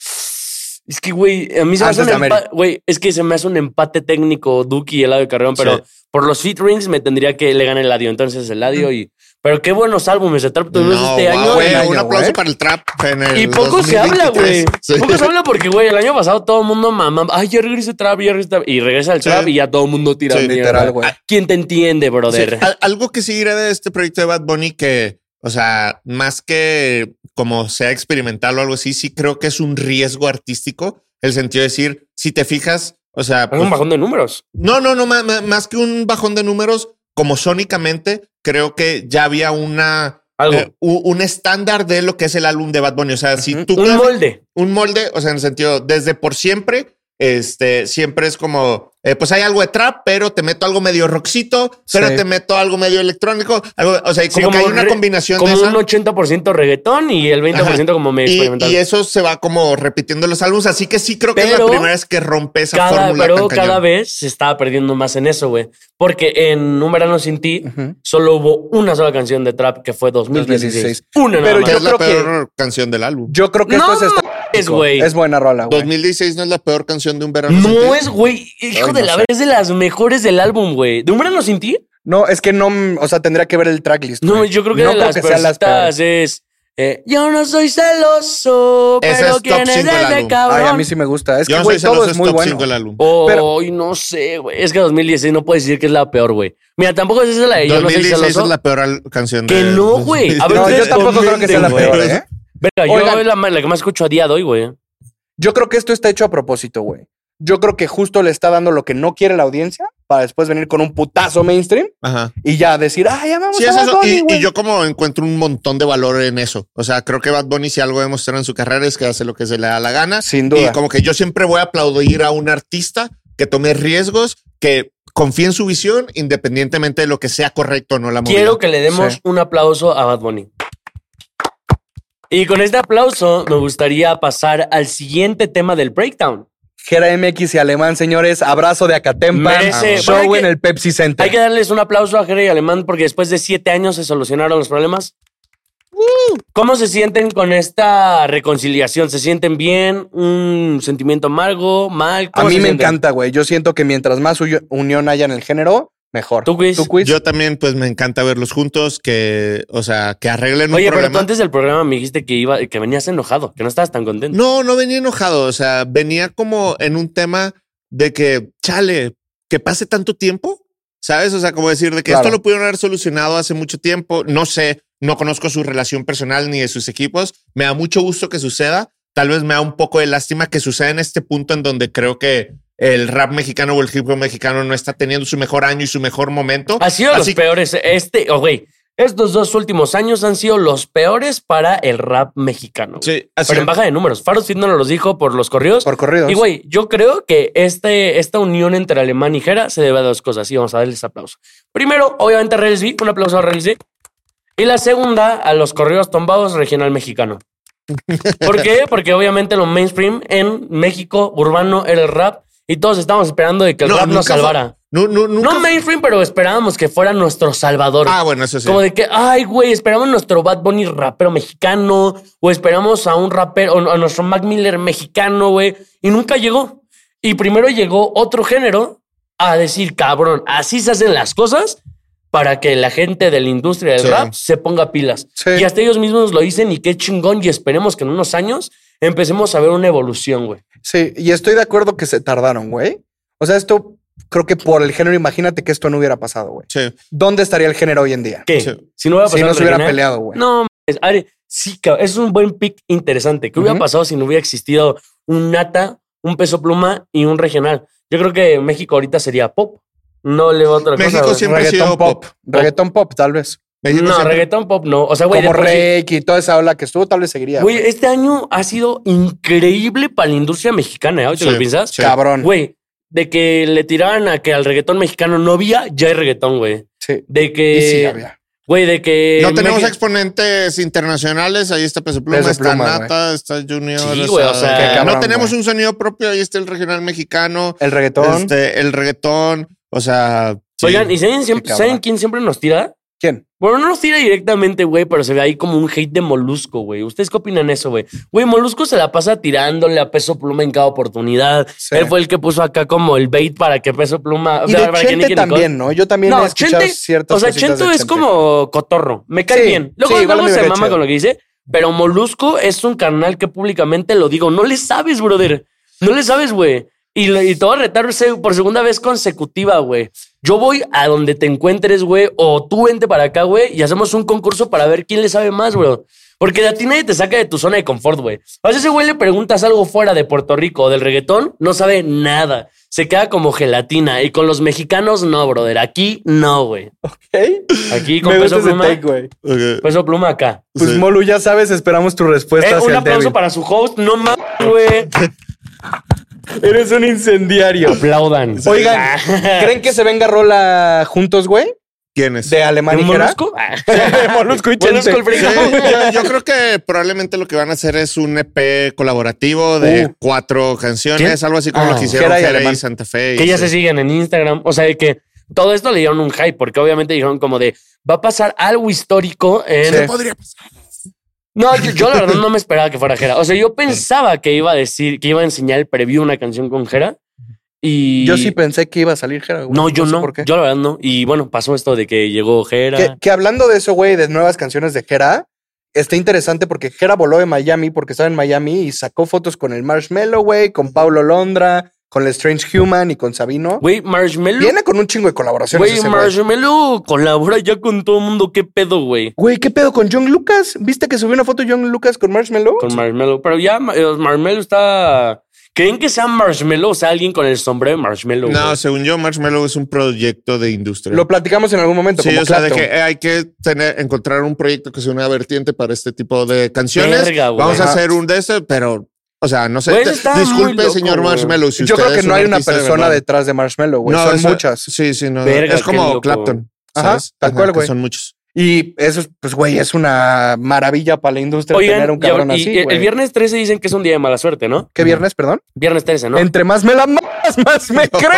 B: Es que, güey, a mí se me
A: Antes
B: hace un
A: de América.
B: empate. Güey, es que se me hace un empate técnico Duki y Eladio Carreón, pero
C: Sí.
B: por los featurings me tendría que le gane Eladio. Entonces, Eladio y. Pero qué buenos álbumes de trap tuvimos
C: No,
B: este
C: wow,
B: año. ¿eh?
C: güey,
A: Buen
C: un
A: año,
C: aplauso
A: güey.
C: para el trap. en el
B: Y poco se
C: 2023.
B: habla, güey.
C: Sí.
B: Poco se habla porque, güey, el año pasado todo el mundo mamá. Ay, ya regresa el trap, ya regresa el trap. Y regresa el
C: Sí.
B: trap y ya todo el mundo tira
C: Sí,
B: mierda.
A: Literal, güey.
B: ¿Quién te entiende,
C: Sí,
B: brother?
C: al- algo que sí diré de este proyecto de Bad Bunny que, o sea, más que como sea experimental o algo así, sí creo que es un riesgo artístico. El sentido de decir, si te fijas, o sea,
B: Es
C: pues,
B: un bajón de números.
C: no, no, no, ma- ma- más, que un bajón de números, como sónicamente, creo que ya había una
B: Algo.
C: eh, u- un estándar de lo que es el álbum de Bad Bunny. O sea, si tú
B: un
C: clavas-
B: molde.
C: un molde, o sea, en el sentido, desde por siempre, este, siempre es como, eh, pues hay algo de trap, pero te meto algo medio rockcito, pero
A: Sí.
C: te meto algo medio electrónico, algo, o sea, y
B: Sí,
C: como, que hay
B: un
C: una
B: re-
C: combinación
B: como
C: de esa.
B: un 80% reggaetón y el 20% como medio
C: Y,
B: experimental.
C: y eso se va como repitiendo en los álbumes, así que sí creo que es la
B: Pero
C: primera vez que rompe esa
B: cada,
C: fórmula
B: pero
C: tan cañón.
B: cada vez se estaba perdiendo más en eso, güey. Porque en Un Verano Sin Ti
A: Ujú.
B: solo hubo una sola canción de trap que fue 2016.
A: 2016.
B: Una nada
A: Pero
C: Que
B: más.
A: yo
C: es la
A: creo que-
C: peor canción del álbum.
A: Yo creo que
B: No
A: esto es
B: es, güey.
A: Es buena rola, güey.
C: 2016 no es la peor canción de un verano. sin
B: No
C: ti.
B: es, güey. Hijo
A: Ay,
B: de
A: no
B: la
A: sé.
B: verga, es de las mejores del álbum, güey. ¿De Un Verano Sin Ti?
A: No, es que no, mm, o sea, tendría que ver el tracklist.
B: No,
A: güey.
B: yo creo que de las
A: sea las
B: peorcitas
A: peores.
B: es... eh, yo no soy celoso,
C: Esa
B: pero
C: es top
B: ¿quién es
C: cinco del
B: ese
C: álbum.
B: cabrón?
A: Ay, a mí sí me gusta. Es
C: Yo
A: que,
C: no
A: güey,
C: soy celoso,
A: todo es
C: es
A: muy
C: top
A: bueno.
C: 5 del álbum.
B: Hoy
A: Pero-
B: no sé, güey. Es que 2016 no puedes decir que es la peor, güey. Mira, tampoco es esa la de yo no soy
C: 2016
B: celoso.
C: es la peor al- canción
B: Que
C: de-
B: no, güey. A ver,
A: No,
B: ustedes
A: yo tampoco creo que sea la
B: comenten,
A: peor,
B: güey.
A: ¿eh?
B: Verga, yo
A: Oigan.
B: es la, ma- la que más escucho a día de hoy, güey.
A: Yo creo que esto está hecho a propósito, güey. Yo creo que justo le está dando lo que no quiere la audiencia para después venir con un putazo mainstream
C: Ajá.
A: y ya decir, ay, ya vamos
C: Sí,
A: a
C: es
A: Bad
C: eso.
A: Bunny,
C: Y, y
A: güey".
C: yo como encuentro un montón de valor en eso. O sea, creo que Bad Bunny si algo ha demostrado en su carrera es que hace lo que se le da la gana.
A: Sin duda.
C: Y como que yo siempre voy a aplaudir a un artista que tome riesgos, que confíe en su visión, independientemente de lo que sea correcto o no la movida.
B: Quiero que le demos
A: Sí.
B: un aplauso a Bad Bunny. Y con este aplauso me gustaría pasar al siguiente tema del breakdown.
A: Gera MX y Alemán, señores, abrazo de Acatempa,
B: Merece-
A: show
B: Bueno, hay
A: en
B: que-
A: el Pepsi Center.
B: Hay que darles un aplauso a Jerry Alemán porque después de siete años se solucionaron los problemas. ¿Cómo se sienten con esta reconciliación? ¿Se sienten bien? ¿Un sentimiento amargo? ¿Mal?
A: a
B: ¿Cómo
A: mí
B: se
A: me
B: sienten?
A: encanta, güey. Yo siento que mientras más huyo- unión haya en el género, mejor.
B: ¿Tú, Quiz?
C: Yo también, pues me encanta verlos juntos, que, o sea, que arreglen un
B: Oye, pero tú
C: problema.
B: antes del programa me dijiste que, iba, que venías enojado, que no estabas tan contento.
C: No, no venía enojado. O sea, venía como en un tema de que, chale, que pase tanto tiempo, ¿sabes? O sea, como decir de que
A: Claro.
C: esto lo pudieron haber solucionado hace mucho tiempo. No sé, no conozco su relación personal ni de sus equipos. Me da mucho gusto que suceda. Tal vez me da un poco de lástima que suceda en este punto en donde creo que el rap mexicano o el hip hop mexicano no está teniendo su mejor año y su mejor momento.
B: Ha sido
C: Así-
B: los peores. Este, oh, güey, estos dos últimos años han sido los peores para el rap mexicano. güey.
C: Sí, así-
B: Pero en baja de números. Faro Fit no nos los dijo por los corridos.
A: Por corridos.
B: Y güey, yo creo que este, esta unión entre Alemán y Jera se debe a dos cosas y vamos a darles aplauso. Primero, obviamente, a Rels B, un aplauso a Rels B. Y la segunda, a los correos tumbados regional mexicano. ¿Por qué? Porque obviamente lo mainstream en México urbano era el rap y todos estábamos esperando de que el
C: No,
B: rap nos
C: nunca fue-
B: salvara.
C: no, no, nunca.
B: No mainstream, pero esperábamos que fuera nuestro salvador.
C: ah, bueno, eso sí.
B: Como de que, ay, güey, esperamos nuestro Bad Bunny rapero mexicano, o esperamos a un rapero, o a nuestro Mac Miller mexicano, güey, y nunca llegó. Y primero llegó otro género a decir, cabrón, así se hacen las cosas para que la gente de la industria del
C: Sí.
B: rap se ponga pilas.
A: Sí.
B: Y hasta ellos mismos lo dicen y qué chingón, y esperemos que en unos años empecemos a ver una evolución, güey.
A: Sí, y estoy de acuerdo que se tardaron, güey. O sea, esto creo que por el género, imagínate que esto no hubiera pasado, güey.
C: Sí.
A: ¿Dónde estaría el género hoy en día?
B: ¿Qué?
C: Sí.
B: Si no hubiera
A: Si no
B: pasado
A: se hubiera
B: el regional.
A: peleado, güey.
B: No, mames, Ari, sí, cabrón, es un buen pick interesante. ¿Qué hubiera
A: Ujú.
B: pasado si no hubiera existido un nata, un peso pluma y un regional? Yo creo que México ahorita sería pop. No le va otra cosa.
C: México
B: güey.
C: siempre ha sido pop.
A: Reggaetón pop, tal vez.
C: México
B: no,
C: siempre-
B: reggaetón pop no. O sea, güey,
A: Como
B: de por sí-
A: Reiki y toda esa ola que estuvo, tal vez seguiría.
B: güey, este año ha sido increíble para la industria mexicana. ¿eh? ¿Ahorita
C: Sí,
B: lo piensas?
C: sí.
A: Cabrón.
B: Güey, de que le tiraban a que al reggaetón mexicano no había, ya hay reggaetón, güey.
A: Sí.
B: De
A: Y sí,
B: que.
A: había.
B: Güey, de que.
C: No tenemos
B: Mex-
C: exponentes internacionales. Ahí está Peso Pluma,
A: Peso
C: está
A: Pluma,
C: Nata, está Junior.
B: Sí,
C: está-
B: güey, o sea,
A: Qué cabrón,
C: no tenemos
A: güey.
C: un sonido propio. Ahí está el regional mexicano,
A: El reggaetón.
C: este, el reggaetón. O sea, sí.
B: Oigan, ¿y saben, siempre-
A: cabrón.
B: saben quién siempre nos tira?
A: ¿Quién?
B: Bueno, no nos tira directamente, güey, pero se ve ahí como un hate de Molusco, güey. ¿Ustedes qué opinan eso, güey? Güey, Molusco se la pasa tirándole a Peso Pluma en cada oportunidad.
A: Sí.
B: Él fue el que puso acá como el bait para que Peso Pluma...
A: Y de
B: para que
A: Chente
B: Nicki Nicole-
A: también, ¿no? Yo también he
B: No,
A: escuchado
B: Chente...
A: ciertas
B: O sea,
A: cositas de
B: Chento es
A: Chente.
B: como cotorro. Me cae
A: Sí,
B: bien. Luego,
A: sí, igual
B: luego
A: me
B: se
A: hubiera
B: mama
A: echado.
B: con lo que dice, pero Molusco es un canal que públicamente lo digo. No le sabes, brother. No le sabes, güey. Y, lo- y te voy a retar se- por segunda vez consecutiva, güey. Yo voy a donde te encuentres, güey, o tú vente para acá, güey, y hacemos un concurso para ver quién le sabe más, güey. Porque de a ti nadie te saca de tu zona de confort, güey. O sea, ese güey le preguntas algo fuera de Puerto Rico o del reggaetón, no sabe nada. Se queda como gelatina. Y con los mexicanos, no, brother. Aquí, no, güey. Aquí con
A: Me gusta ese
B: peso pluma.
A: take, güey.
C: Ok.
B: Peso pluma acá.
A: Pues
C: Sí.
A: Molu, ya sabes, esperamos tu respuesta
B: Eh,
A: hacia
B: un
A: el
B: aplauso
A: débil.
B: para su host. No mames, güey.
A: Eres un incendiario.
B: Aplaudan. Ah.
A: Oigan, ¿creen que se venga rola juntos, güey?
C: ¿Quién es?
A: De Alemán y
B: ¿Un
A: Jera?
B: molusco? Ah.
A: Molusco y
B: Molusco el
A: Chente.
C: Sí,
B: fregado.
C: yo, yo creo que probablemente lo que van a hacer es un EP colaborativo de
A: Uh.
C: cuatro canciones,
B: ¿Quién?
C: algo así como
B: Ah.
C: lo que hicieron
A: Jera y
C: Jera y
A: Alemán.
C: Santa Fe. y
B: Que ya
C: sí.
B: se siguen en Instagram. O sea, que todo esto le dieron un hype, porque obviamente dijeron como de, va a pasar algo histórico en...
A: Sí.
C: Podría pasar.
B: No, yo, yo la verdad no me esperaba que fuera Jera. O sea, yo pensaba que iba a decir, que iba a enseñar el preview una canción con Jera. Y...
A: Yo sí pensé que iba a salir Jera, güey.
B: No, yo
A: sé
B: no.
A: por qué.
B: Yo la verdad no. Y bueno, pasó esto de que llegó Jera.
A: Que, que hablando de eso, güey, de nuevas canciones de Jera, está interesante porque Jera voló de Miami porque estaba en Miami y sacó fotos con el Marshmallow, güey, con Paulo Londra, con el Strange Human y con Sabino.
B: Güey, Marshmallow.
A: Viene con un chingo de colaboraciones.
B: Güey,
A: ese güey.
B: Marshmallow colabora ya con todo el mundo. ¿Qué pedo, güey?
A: Güey, ¿qué pedo con John Lucas? ¿Viste que subió una foto John Lucas con Marshmallow?
B: Con Marshmallow. Pero ya eh, Marshmallow está... ¿Creen que sea Marshmallow o sea alguien con el sombrero de Marshmallow?
C: No,
B: güey?
C: según yo, Marshmallow es un proyecto de industria.
A: Lo platicamos en algún momento.
C: Sí,
A: como
C: o sea, de
A: Clapton.
C: que eh, hay que tener, encontrar un proyecto que sea una vertiente para este tipo de canciones.
B: Verga, güey.
C: Vamos a
A: Ajá.
C: hacer un de este, pero, o sea, no sé.
B: Güey,
C: Te-
B: está muy
C: disculpe,
B: loco,
C: señor
B: güey.
C: Marshmallow, si
A: Yo
C: usted
A: creo que
C: es
A: no
C: un
A: hay una
C: artista de
A: persona
C: verdad.
A: detrás de Marshmallow, güey.
C: No,
A: Son
C: eso-
A: muchas.
C: Sí, sí, no.
B: Verga,
C: es
B: qué
C: como
B: loco.
C: Clapton.
A: Ajá,
C: ¿sabes?
A: tal cual,
C: que
A: güey.
C: Son muchos.
A: Y eso, es, pues, güey, es una maravilla para la industria tener un
B: y ahora-
A: cabrón
B: y
A: así,
B: el
A: güey.
B: viernes 13 dicen que es un día de mala suerte, ¿no?
A: ¿Qué viernes, perdón?
B: Viernes 13, ¿no?
A: Entre más me la más, más me crece.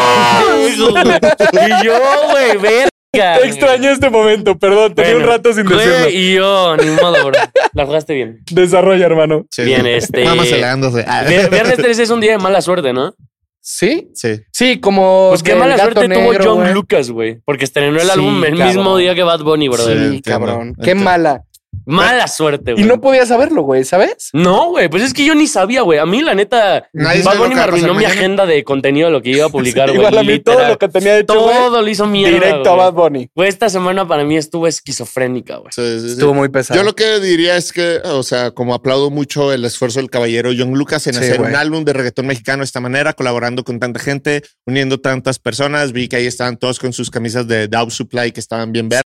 B: Pendejo, güey. y yo, güey, verga.
A: Te extrañé este momento, perdón. Tenía
B: Bueno,
A: un rato sin
B: güey,
A: decirlo.
B: Y yo, ni modo, bro. La jugaste bien.
A: Desarrolla, hermano.
C: Sí.
B: Bien, este-
C: Mamaselándose. Ah,
B: Vier- Viernes 13 es un día de mala suerte, ¿no?
A: ¿Sí?
C: Sí.
A: Sí, como.
B: Pues qué
A: del
B: mala
A: gato
B: suerte
A: negro,
B: tuvo John
A: güey.
B: Lucas, güey. Porque estrenó el
A: Sí,
B: álbum el
A: cabrón.
B: mismo día que Bad Bunny, brother.
C: Sí.
A: Sí,
C: Entiendo,
A: cabrón. Qué
C: entiendo.
A: mala.
B: Mala suerte,
A: Y
B: güey.
A: no podía saberlo, güey, ¿sabes?
B: No, güey, pues es que yo ni sabía, güey. A mí, la neta,
C: Nadie
B: Bad
C: sabe lo
B: Bunny me
C: que va a pasar
B: arruinó mi
C: mañana.
B: agenda de contenido, lo que iba Pues a publicar, güey.
A: Pues Igual a mí todo
B: literal.
A: lo que tenía hecho, güey,
B: Todo lo hizo mierda.
A: directo a
B: güey.
A: Bad Bunny.
B: Güey, esta semana para mí estuvo esquizofrénica, güey.
C: Sí, sí, sí.
A: Estuvo muy pesado.
C: Yo lo que diría es que, o sea, como aplaudo mucho el esfuerzo del caballero John Lucas en
A: Sí,
C: hacer
A: güey.
C: un álbum de reggaetón mexicano de esta manera, colaborando con tanta gente, uniendo tantas personas. Vi que ahí estaban todos con sus camisas de Dow Supply que estaban bien verdes.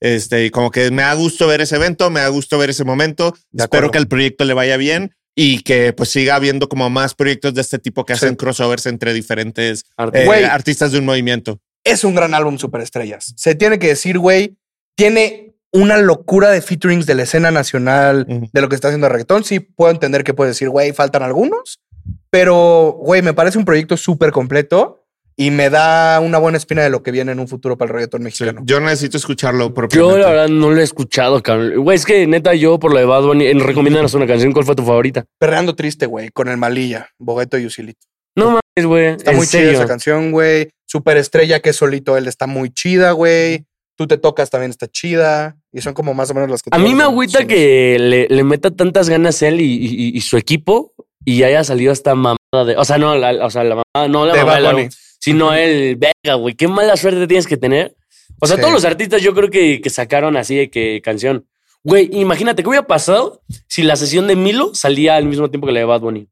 C: Este, y como que me da gusto ver ese evento, me da gusto ver ese momento.
A: De
C: Espero
A: acuerdo.
C: que el proyecto le vaya bien y que pues siga habiendo como más proyectos de este tipo que
A: Sí.
C: hacen crossovers entre diferentes eh,
A: Güey.
C: artistas de un movimiento.
A: es un gran álbum superestrellas. Se tiene que decir, güey, tiene una locura de featurings de la escena nacional,
C: Ujú.
A: de lo que está haciendo el reggaetón. Sí puedo entender que puedes decir, güey, faltan algunos, pero, güey, me parece un proyecto súper completo y me da una buena espina de lo que viene en un futuro para el reggaetón
C: Sí,
A: mexicano.
C: Yo necesito escucharlo
B: Yo
C: propiamente.
B: la verdad no lo he escuchado, cabrón. Güey, es que neta yo por lo de Bad Bunny, en recomiéndanos una canción, ¿cuál fue tu favorita?
A: Perreando triste, güey, con el Malilla, Bogueto y Usilito.
B: No mames, güey.
A: Está
B: en
A: muy
B: serio.
A: chida esa canción, güey. Superestrella que es solito él está muy chida, güey. Tú te tocas también está chida y son como más o menos las que
B: A
A: te
B: mí me
A: gustan.
B: agüita
A: Sí.
B: que le, le meta tantas ganas él y, y- y su equipo y haya salido esta mamada de, o sea, no, la, o sea, la mamada, no la
A: De
B: mamada,
A: Bad
B: del
A: Bunny.
B: álbum, sino el verga, güey, qué mala suerte tienes que tener. O sea,
A: Sí.
B: todos los artistas yo creo que, que sacaron así de que canción. Güey, imagínate qué hubiera pasado si la sesión de Milo salía al mismo tiempo que la de Bad Bunny.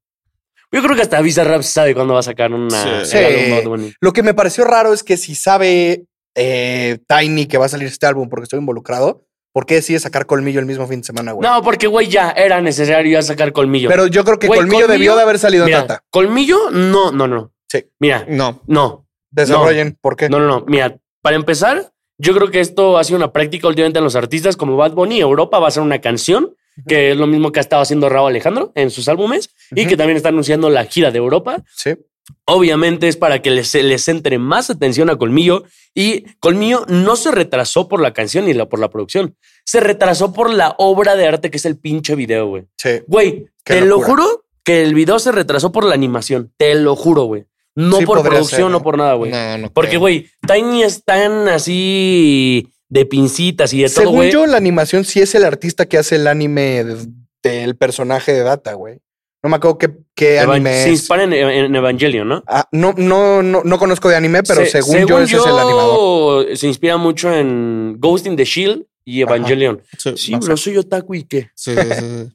B: Yo creo que hasta Visa Rap sabe cuándo va a sacar una
C: Sí.
B: el álbum
A: Sí.
B: Bad Bunny.
A: Lo que me pareció raro es que si sabe eh, Tiny que va a salir este álbum porque estoy involucrado, ¿por qué decide sacar Colmillo el mismo fin de semana, güey?
B: No, porque güey ya era necesario ya sacar colmillo.
A: Pero yo creo que
B: Güey,
A: Colmillo,
B: Colmillo-
A: debió de haber salido en
B: Mira,
A: Tata.
B: colmillo, no, no, no.
A: Sí.
B: Mira,
C: No.
B: no,
A: Desarrollen, ¿por qué?
B: No, no, no. Mira, para empezar, yo creo que esto ha sido una práctica últimamente en los artistas como Bad Bunny. Europa va a hacer una canción que es lo mismo que ha estado haciendo Raúl Alejandro en sus álbumes y
A: Ujú.
B: que también está anunciando la gira de Europa.
A: Sí.
B: Obviamente es para que les, les entre más atención a Colmillo y Colmillo no se retrasó por la canción ni la, por la producción. Se retrasó por la obra de arte que es el pinche video, güey.
A: Sí.
B: Güey,
A: Qué
B: te lo
A: locura.
B: juro que el video se retrasó por la animación. Te lo juro, güey. No
A: Sí
B: por
A: podría
B: producción,
A: ser, ¿eh?
B: no
A: ¿no?
B: por nada, güey.
C: No, no
B: Porque,
C: creo.
B: güey, Tiny es tan así de pincitas y de todo,
A: Según
B: güey.
A: yo, la animación sí es el artista que hace el anime de- del personaje de Data, güey. No me acuerdo qué, qué
B: Evan-
A: anime
B: Se
A: es.
B: inspara en, en Evangelion, ¿no?
A: Ah, no, no, no, no conozco de anime, pero
B: Se-
A: según, yo, ese es el animador.
B: se inspira mucho en Ghost in the Shield y Evangelion.
C: Sí,
B: Sí,
C: vas a-
B: bro, soy otaku y qué.
C: sí, sí, sí.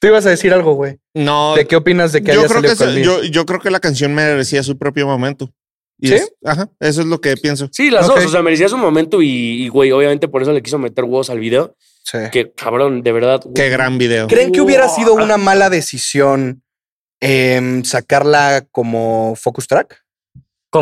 A: Tú ibas a decir algo, güey.
C: No,
A: ¿De qué opinas de que
C: yo
A: haya
C: creo que,
A: salido
C: eso-
A: con Lee?
C: yo, yo creo que la canción merecía su propio momento. Y
A: ¿Sí?
C: es- ajá, eso es lo que pienso.
B: Sí, las
A: Ok.
B: dos. O sea, merecía su momento y, y, güey, obviamente por eso le quiso meter huevos al video.
A: Sí.
B: Que cabrón, de verdad. güey.
C: Qué gran video.
A: ¿Creen que hubiera
B: Wow.
A: sido una mala decisión em, sacarla como focus track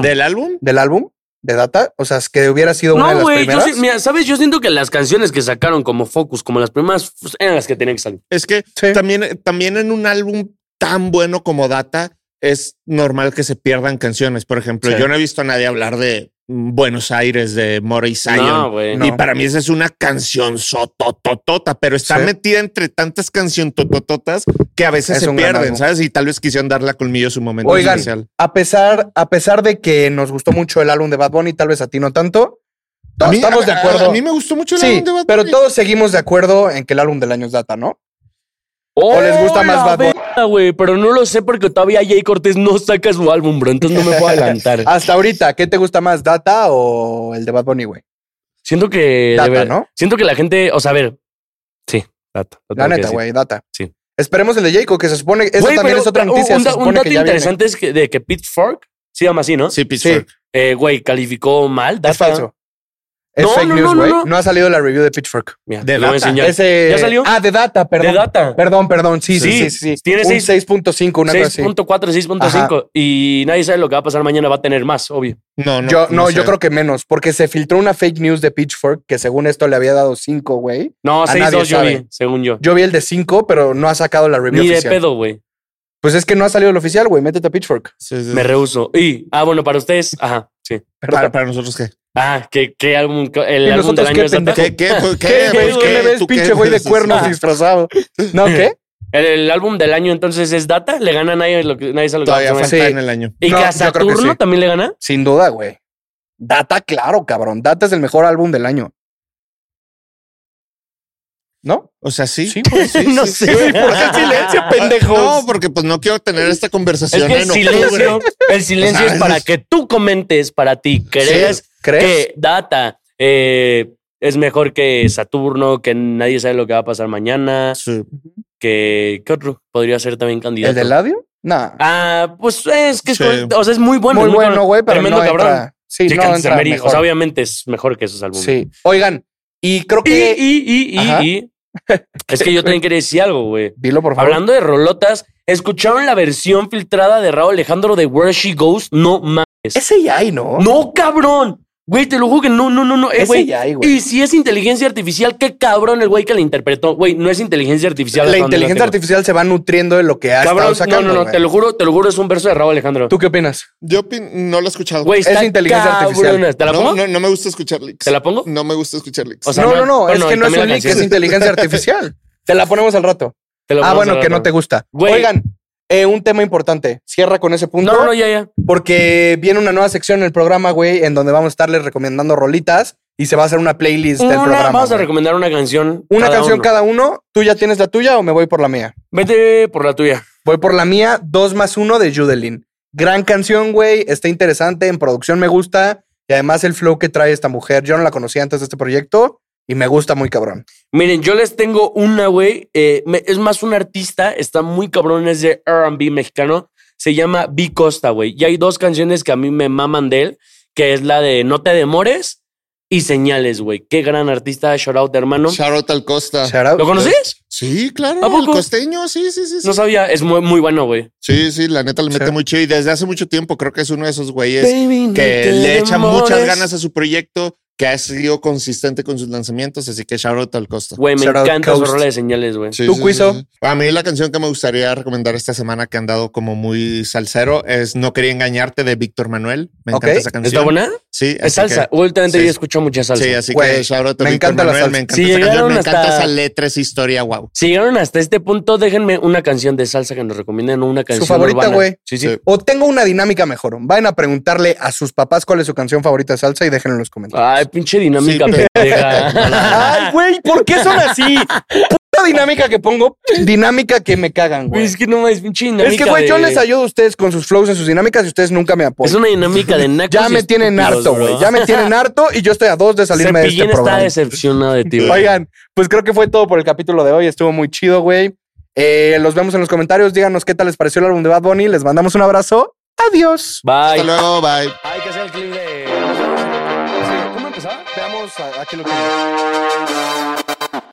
C: ¿Del álbum?
A: del álbum de Data? O sea, es que hubiera sido una de
B: No,
A: las
B: güey, yo
A: primeras.
B: sí- mira, sabes, yo siento que las canciones que sacaron como Focus, como las primeras, pues, eran las que tenían que salir.
C: Es que
A: Sí.
C: también, también en un álbum tan bueno como Data es normal que se pierdan canciones. Por ejemplo,
A: Sí.
C: yo no he visto a nadie hablar de mm, Buenos Aires, de Morey Zion.
B: No, güey.
A: No.
C: Y para mí esa es una canción sotototota, pero está
A: Sí.
C: metida entre tantas canciones totototas que a veces
A: Es
C: se
A: un gran
C: pierden,
A: álbum.
C: ¿sabes? Y tal vez quisieron darle a Colmillo su momento
A: Oigan.
C: especial.
A: A pesar, a pesar de que nos gustó mucho el álbum de Bad Bunny, tal vez a ti no tanto,
C: A
A: todos
C: mí-
A: estamos de
C: a-
A: acuerdo.
C: A, mí me gustó mucho el
A: sí,
C: álbum de Bad
A: pero
C: Bunny.
A: todos seguimos de acuerdo en que el álbum del año es Data, ¿no? ¿O les gusta más
B: la
A: Bad Bunny?
B: verga, güey, pero no lo sé porque todavía Jay Cortés no saca su álbum, bro. Entonces no me puedo adelantar.
A: Hasta ahorita, ¿qué te gusta más, Data o el de Bad Bunny, güey?
B: siento que. Eh, de
A: Data,
B: ver-
A: ¿no?
B: Siento que la gente. O sea, a ver. Sí, data. lo
A: La
B: tengo que
A: neta,
B: decir.
A: güey, Data.
B: Sí.
A: Esperemos el de Jacob, que se supone. Eso
B: Güey,
A: también
B: pero-
A: es otra
B: pero
A: noticia.
B: Un,
A: se
B: da- un
A: supone
B: dato
A: que ya viene.
B: interesante es que, de que Pitchfork, se llama así, ¿no?
C: Sí, Pitchfork.
B: Eh, Güey, calificó mal. Data.
A: Es falso. Es
B: No,
A: fake
B: no,
A: news,
B: no,
A: güey. No,
B: no, no.
A: ha salido la review de Pitchfork.
B: Mira,
C: De
B: te lo voy a
C: Data.
B: enseñar.
A: Ese-
B: ¿Ya salió?
A: Ah, de data, perdón.
B: De data.
A: Perdón, perdón. Sí, sí, sí.
B: Sí.
A: sí, sí.
B: Tiene
A: un
B: seis-
A: 6.5, una cosa así.
B: 6.4, 6.5. Y nadie sabe lo que va a pasar mañana. Va a tener más, obvio.
C: No, no.
A: yo, no, yo
C: sé.
A: creo que menos, porque se filtró una fake news de Pitchfork que según esto le había dado 5, güey.
B: No,
A: A nadie
B: 6.2 yo
A: sabe.
B: vi, según yo.
A: Yo vi el de 5, pero no ha sacado la review
B: Ni de
A: oficial.
B: pedo, güey.
A: Pues es que no ha salido el oficial, güey. Métete a Pitchfork.
C: Sí, sí,
B: Me
C: sí.
B: rehuso. Y, ah, bueno, para ustedes, ajá, sí.
A: Perdón.
C: Para, para nosotros, ¿qué?
B: Ah, que, que álbum, el
A: ¿Y
B: álbum
A: nosotros
B: del
A: qué,
B: año es Data.
A: pendejo?
C: ¿Qué, qué, pues, qué,
A: ¿Qué, güey?
C: pues,
A: ¿Qué, me ves,
C: ¿Tú qué?
A: pinche güey de cuernos
B: Ah.
A: disfrazado? ¿No qué?
B: El, el álbum del año entonces es Data, le gana a nadie, lo que, nadie sabe lo que va a
C: Todavía falta
B: pasar.
A: Sí.
C: en el año.
B: Y
A: No,
B: que a
A: yo creo que
B: Saturno
A: sí.
B: también le gana.
A: Sin duda, güey. Data, claro, cabrón. Data es el mejor álbum del año. ¿No?
C: O sea, sí. Ah,
A: Sí,
B: no sé.
A: ¿Por qué el silencio, pendejos?
C: No, porque pues no quiero tener esta
B: Es
C: conversación
B: que el
C: en octubre.
B: silencio, el silencio es para que tú comentes para ti. ¿Crees
A: ¿Crees?
B: que Data eh, es mejor que Saturno, que nadie sabe lo que va a pasar mañana?
C: Sí.
B: Que, ¿Qué otro podría ser también candidato?
A: ¿El del ladio? No.
B: Ah, pues es que es,
C: Sí.
B: con- o sea, es muy bueno.
A: Muy
B: es
A: bueno,
B: cabrón.
A: güey, pero
B: Tremendo
A: no
B: cabrón.
A: entra. Sí,
B: Sí,
A: no
B: Kansas
A: entra
B: Ameri- O sea,
A: mejor.
B: obviamente es mejor que esos álbumes.
A: Sí. Oigan, y creo
B: Y,
A: que...
B: y, y, y,
A: Ajá.
B: y. Es que yo también quería decir algo, güey.
A: Dilo, por favor.
B: Hablando de rolotas, ¿escucharon la versión filtrada de Raúl Alejandro de Where She Goes? No mames.
A: Ese ya hay, ¿no?
B: No, cabrón. Güey, te lo juro que no, no, no, no. Eh,
A: Ese
B: güey.
A: ya hay, güey.
B: Y si es inteligencia artificial, qué cabrón el güey que la interpretó. Güey, no es inteligencia artificial.
A: La
B: hasta donde
A: inteligencia
B: lo tengo.
A: artificial se va nutriendo de lo que ha estado
B: Cabrón,
A: sacando.
B: no, no, no,
A: güey.
B: te lo juro, te lo juro, es un verso de Raúl Alejandro.
A: ¿Tú qué opinas?
C: Yo opin- no lo he escuchado.
B: Güey,
A: Es
B: está
A: inteligencia artificial.
B: cabrona. ¿Te la
C: no,
B: pongo?
C: no, no me gusta escuchar leaks.
B: ¿Te la pongo?
C: No me gusta escuchar leaks.
B: O sea,
A: no, no,
B: no,
A: no, es
B: bueno,
A: que
B: y
A: no es
B: también
A: un
B: la
A: link, es
B: canción.
A: inteligencia artificial. Te la ponemos al rato.
B: Te la
A: Ah,
B: pongo
A: bueno,
B: hace
A: que no
B: rato.
A: te gusta.
B: Güey.
A: Oigan, eh, un tema importante. Cierra con ese punto.
B: No, no, ya, ya.
A: Porque viene una nueva sección en el programa, güey, en donde vamos a estarles recomendando rolitas y se va a hacer una playlist del
B: Una-
A: programa.
B: vamos a
A: güey.
B: recomendar una canción.
A: una canción
B: uno.
A: cada uno. ¿Tú ya tienes la tuya o me voy por la mía?
B: Vete por la tuya.
A: Voy por la mía, 2 más 1 de Judelin. Gran canción, güey. Está interesante. En producción me gusta. Y además el flow que trae esta mujer. Yo no la conocía antes de este proyecto y me gusta muy cabrón.
B: Miren, yo les tengo una, güey. eh, me- es más, un artista, está muy cabrón, es de RB mexicano. Se llama B Costa, güey. Y hay dos canciones que a mí me maman de él, que es la de No te demores y Señales, güey. Qué gran artista, shout out, hermano.
C: Shout out al Costa.
A: Shout out.
B: Ah, ¿Lo conoces?
C: Sí, claro.
B: ¿A poco?
C: El costeño, sí, sí, sí. sí.
B: No sabía, es muy, muy bueno, güey.
C: Sí, sí, la neta le mete
A: Sí.
C: muy chido. Y desde hace mucho tiempo creo que es uno de esos güeyes que le echa muchas ganas a su proyecto, que ha sido consistente con sus lanzamientos. Así que shout out al Costa.
B: Güey, me
A: Shout out
B: encanta su
A: Coast.
B: rola de Señales, güey.
C: Sí,
A: ¿Tú,
C: sí,
A: Cuiso?
C: sí, sí. A mí la canción que me gustaría recomendar esta semana que han dado como muy salsero es No quería engañarte de Víctor Manuel. Me
A: Ok.
C: encanta esa canción.
B: ¿Está buena?
C: Sí,
B: Es
C: así que-
B: salsa. Últimamente
C: sí.
B: yo escucho mucha salsa.
C: Sí, así
A: Güey,
C: que shout out a
A: me
C: Víctor
A: encanta la
C: Manuel,
A: salsa.
C: me encanta
B: Si
C: esa canción,
B: llegaron
C: me encanta
B: hasta-
C: esa letra, esa historia, wow.
B: Si llegaron hasta este punto, déjenme una canción de salsa que nos recomienden o una canción.
A: favorita,
B: urbana.
A: güey.
B: Sí, sí.
C: Sí.
A: O tengo una dinámica mejor. Vayan a preguntarle a sus papás cuál es su canción favorita de salsa y déjenlo en los comentarios.
B: Ay, pinche dinámica
C: Sí, pero-
B: pendeja.
A: güey! ¿Por qué son así? puta dinámica que pongo, dinámica que me cagan,
B: Güey,
A: güey.
B: es que no es pinche dinámica.
A: Es que, güey, yo
B: de-
A: les ayudo a ustedes con sus flows en sus dinámicas y ustedes nunca me
B: Es
A: apoyan.
B: una dinámica de nacos.
A: Ya
B: y
A: me tienen
B: estúpidos,
A: harto,
B: bro.
A: güey. Ya me tienen harto y yo estoy a dos de salirme de este
B: Cepillín está
A: programa.
B: decepcionado de ti, güey.
A: Oigan, pues creo que fue todo por el capítulo de hoy. Estuvo muy chido, güey. Eh, los vemos en los comentarios. Díganos qué tal les pareció el álbum de Bad Bunny. Les mandamos un abrazo. Adiós.
B: Bye.
E: Hasta luego, bye.
B: Hay que hacer el clip de. ¿Cómo empezaba?
A: Veamos aquí lo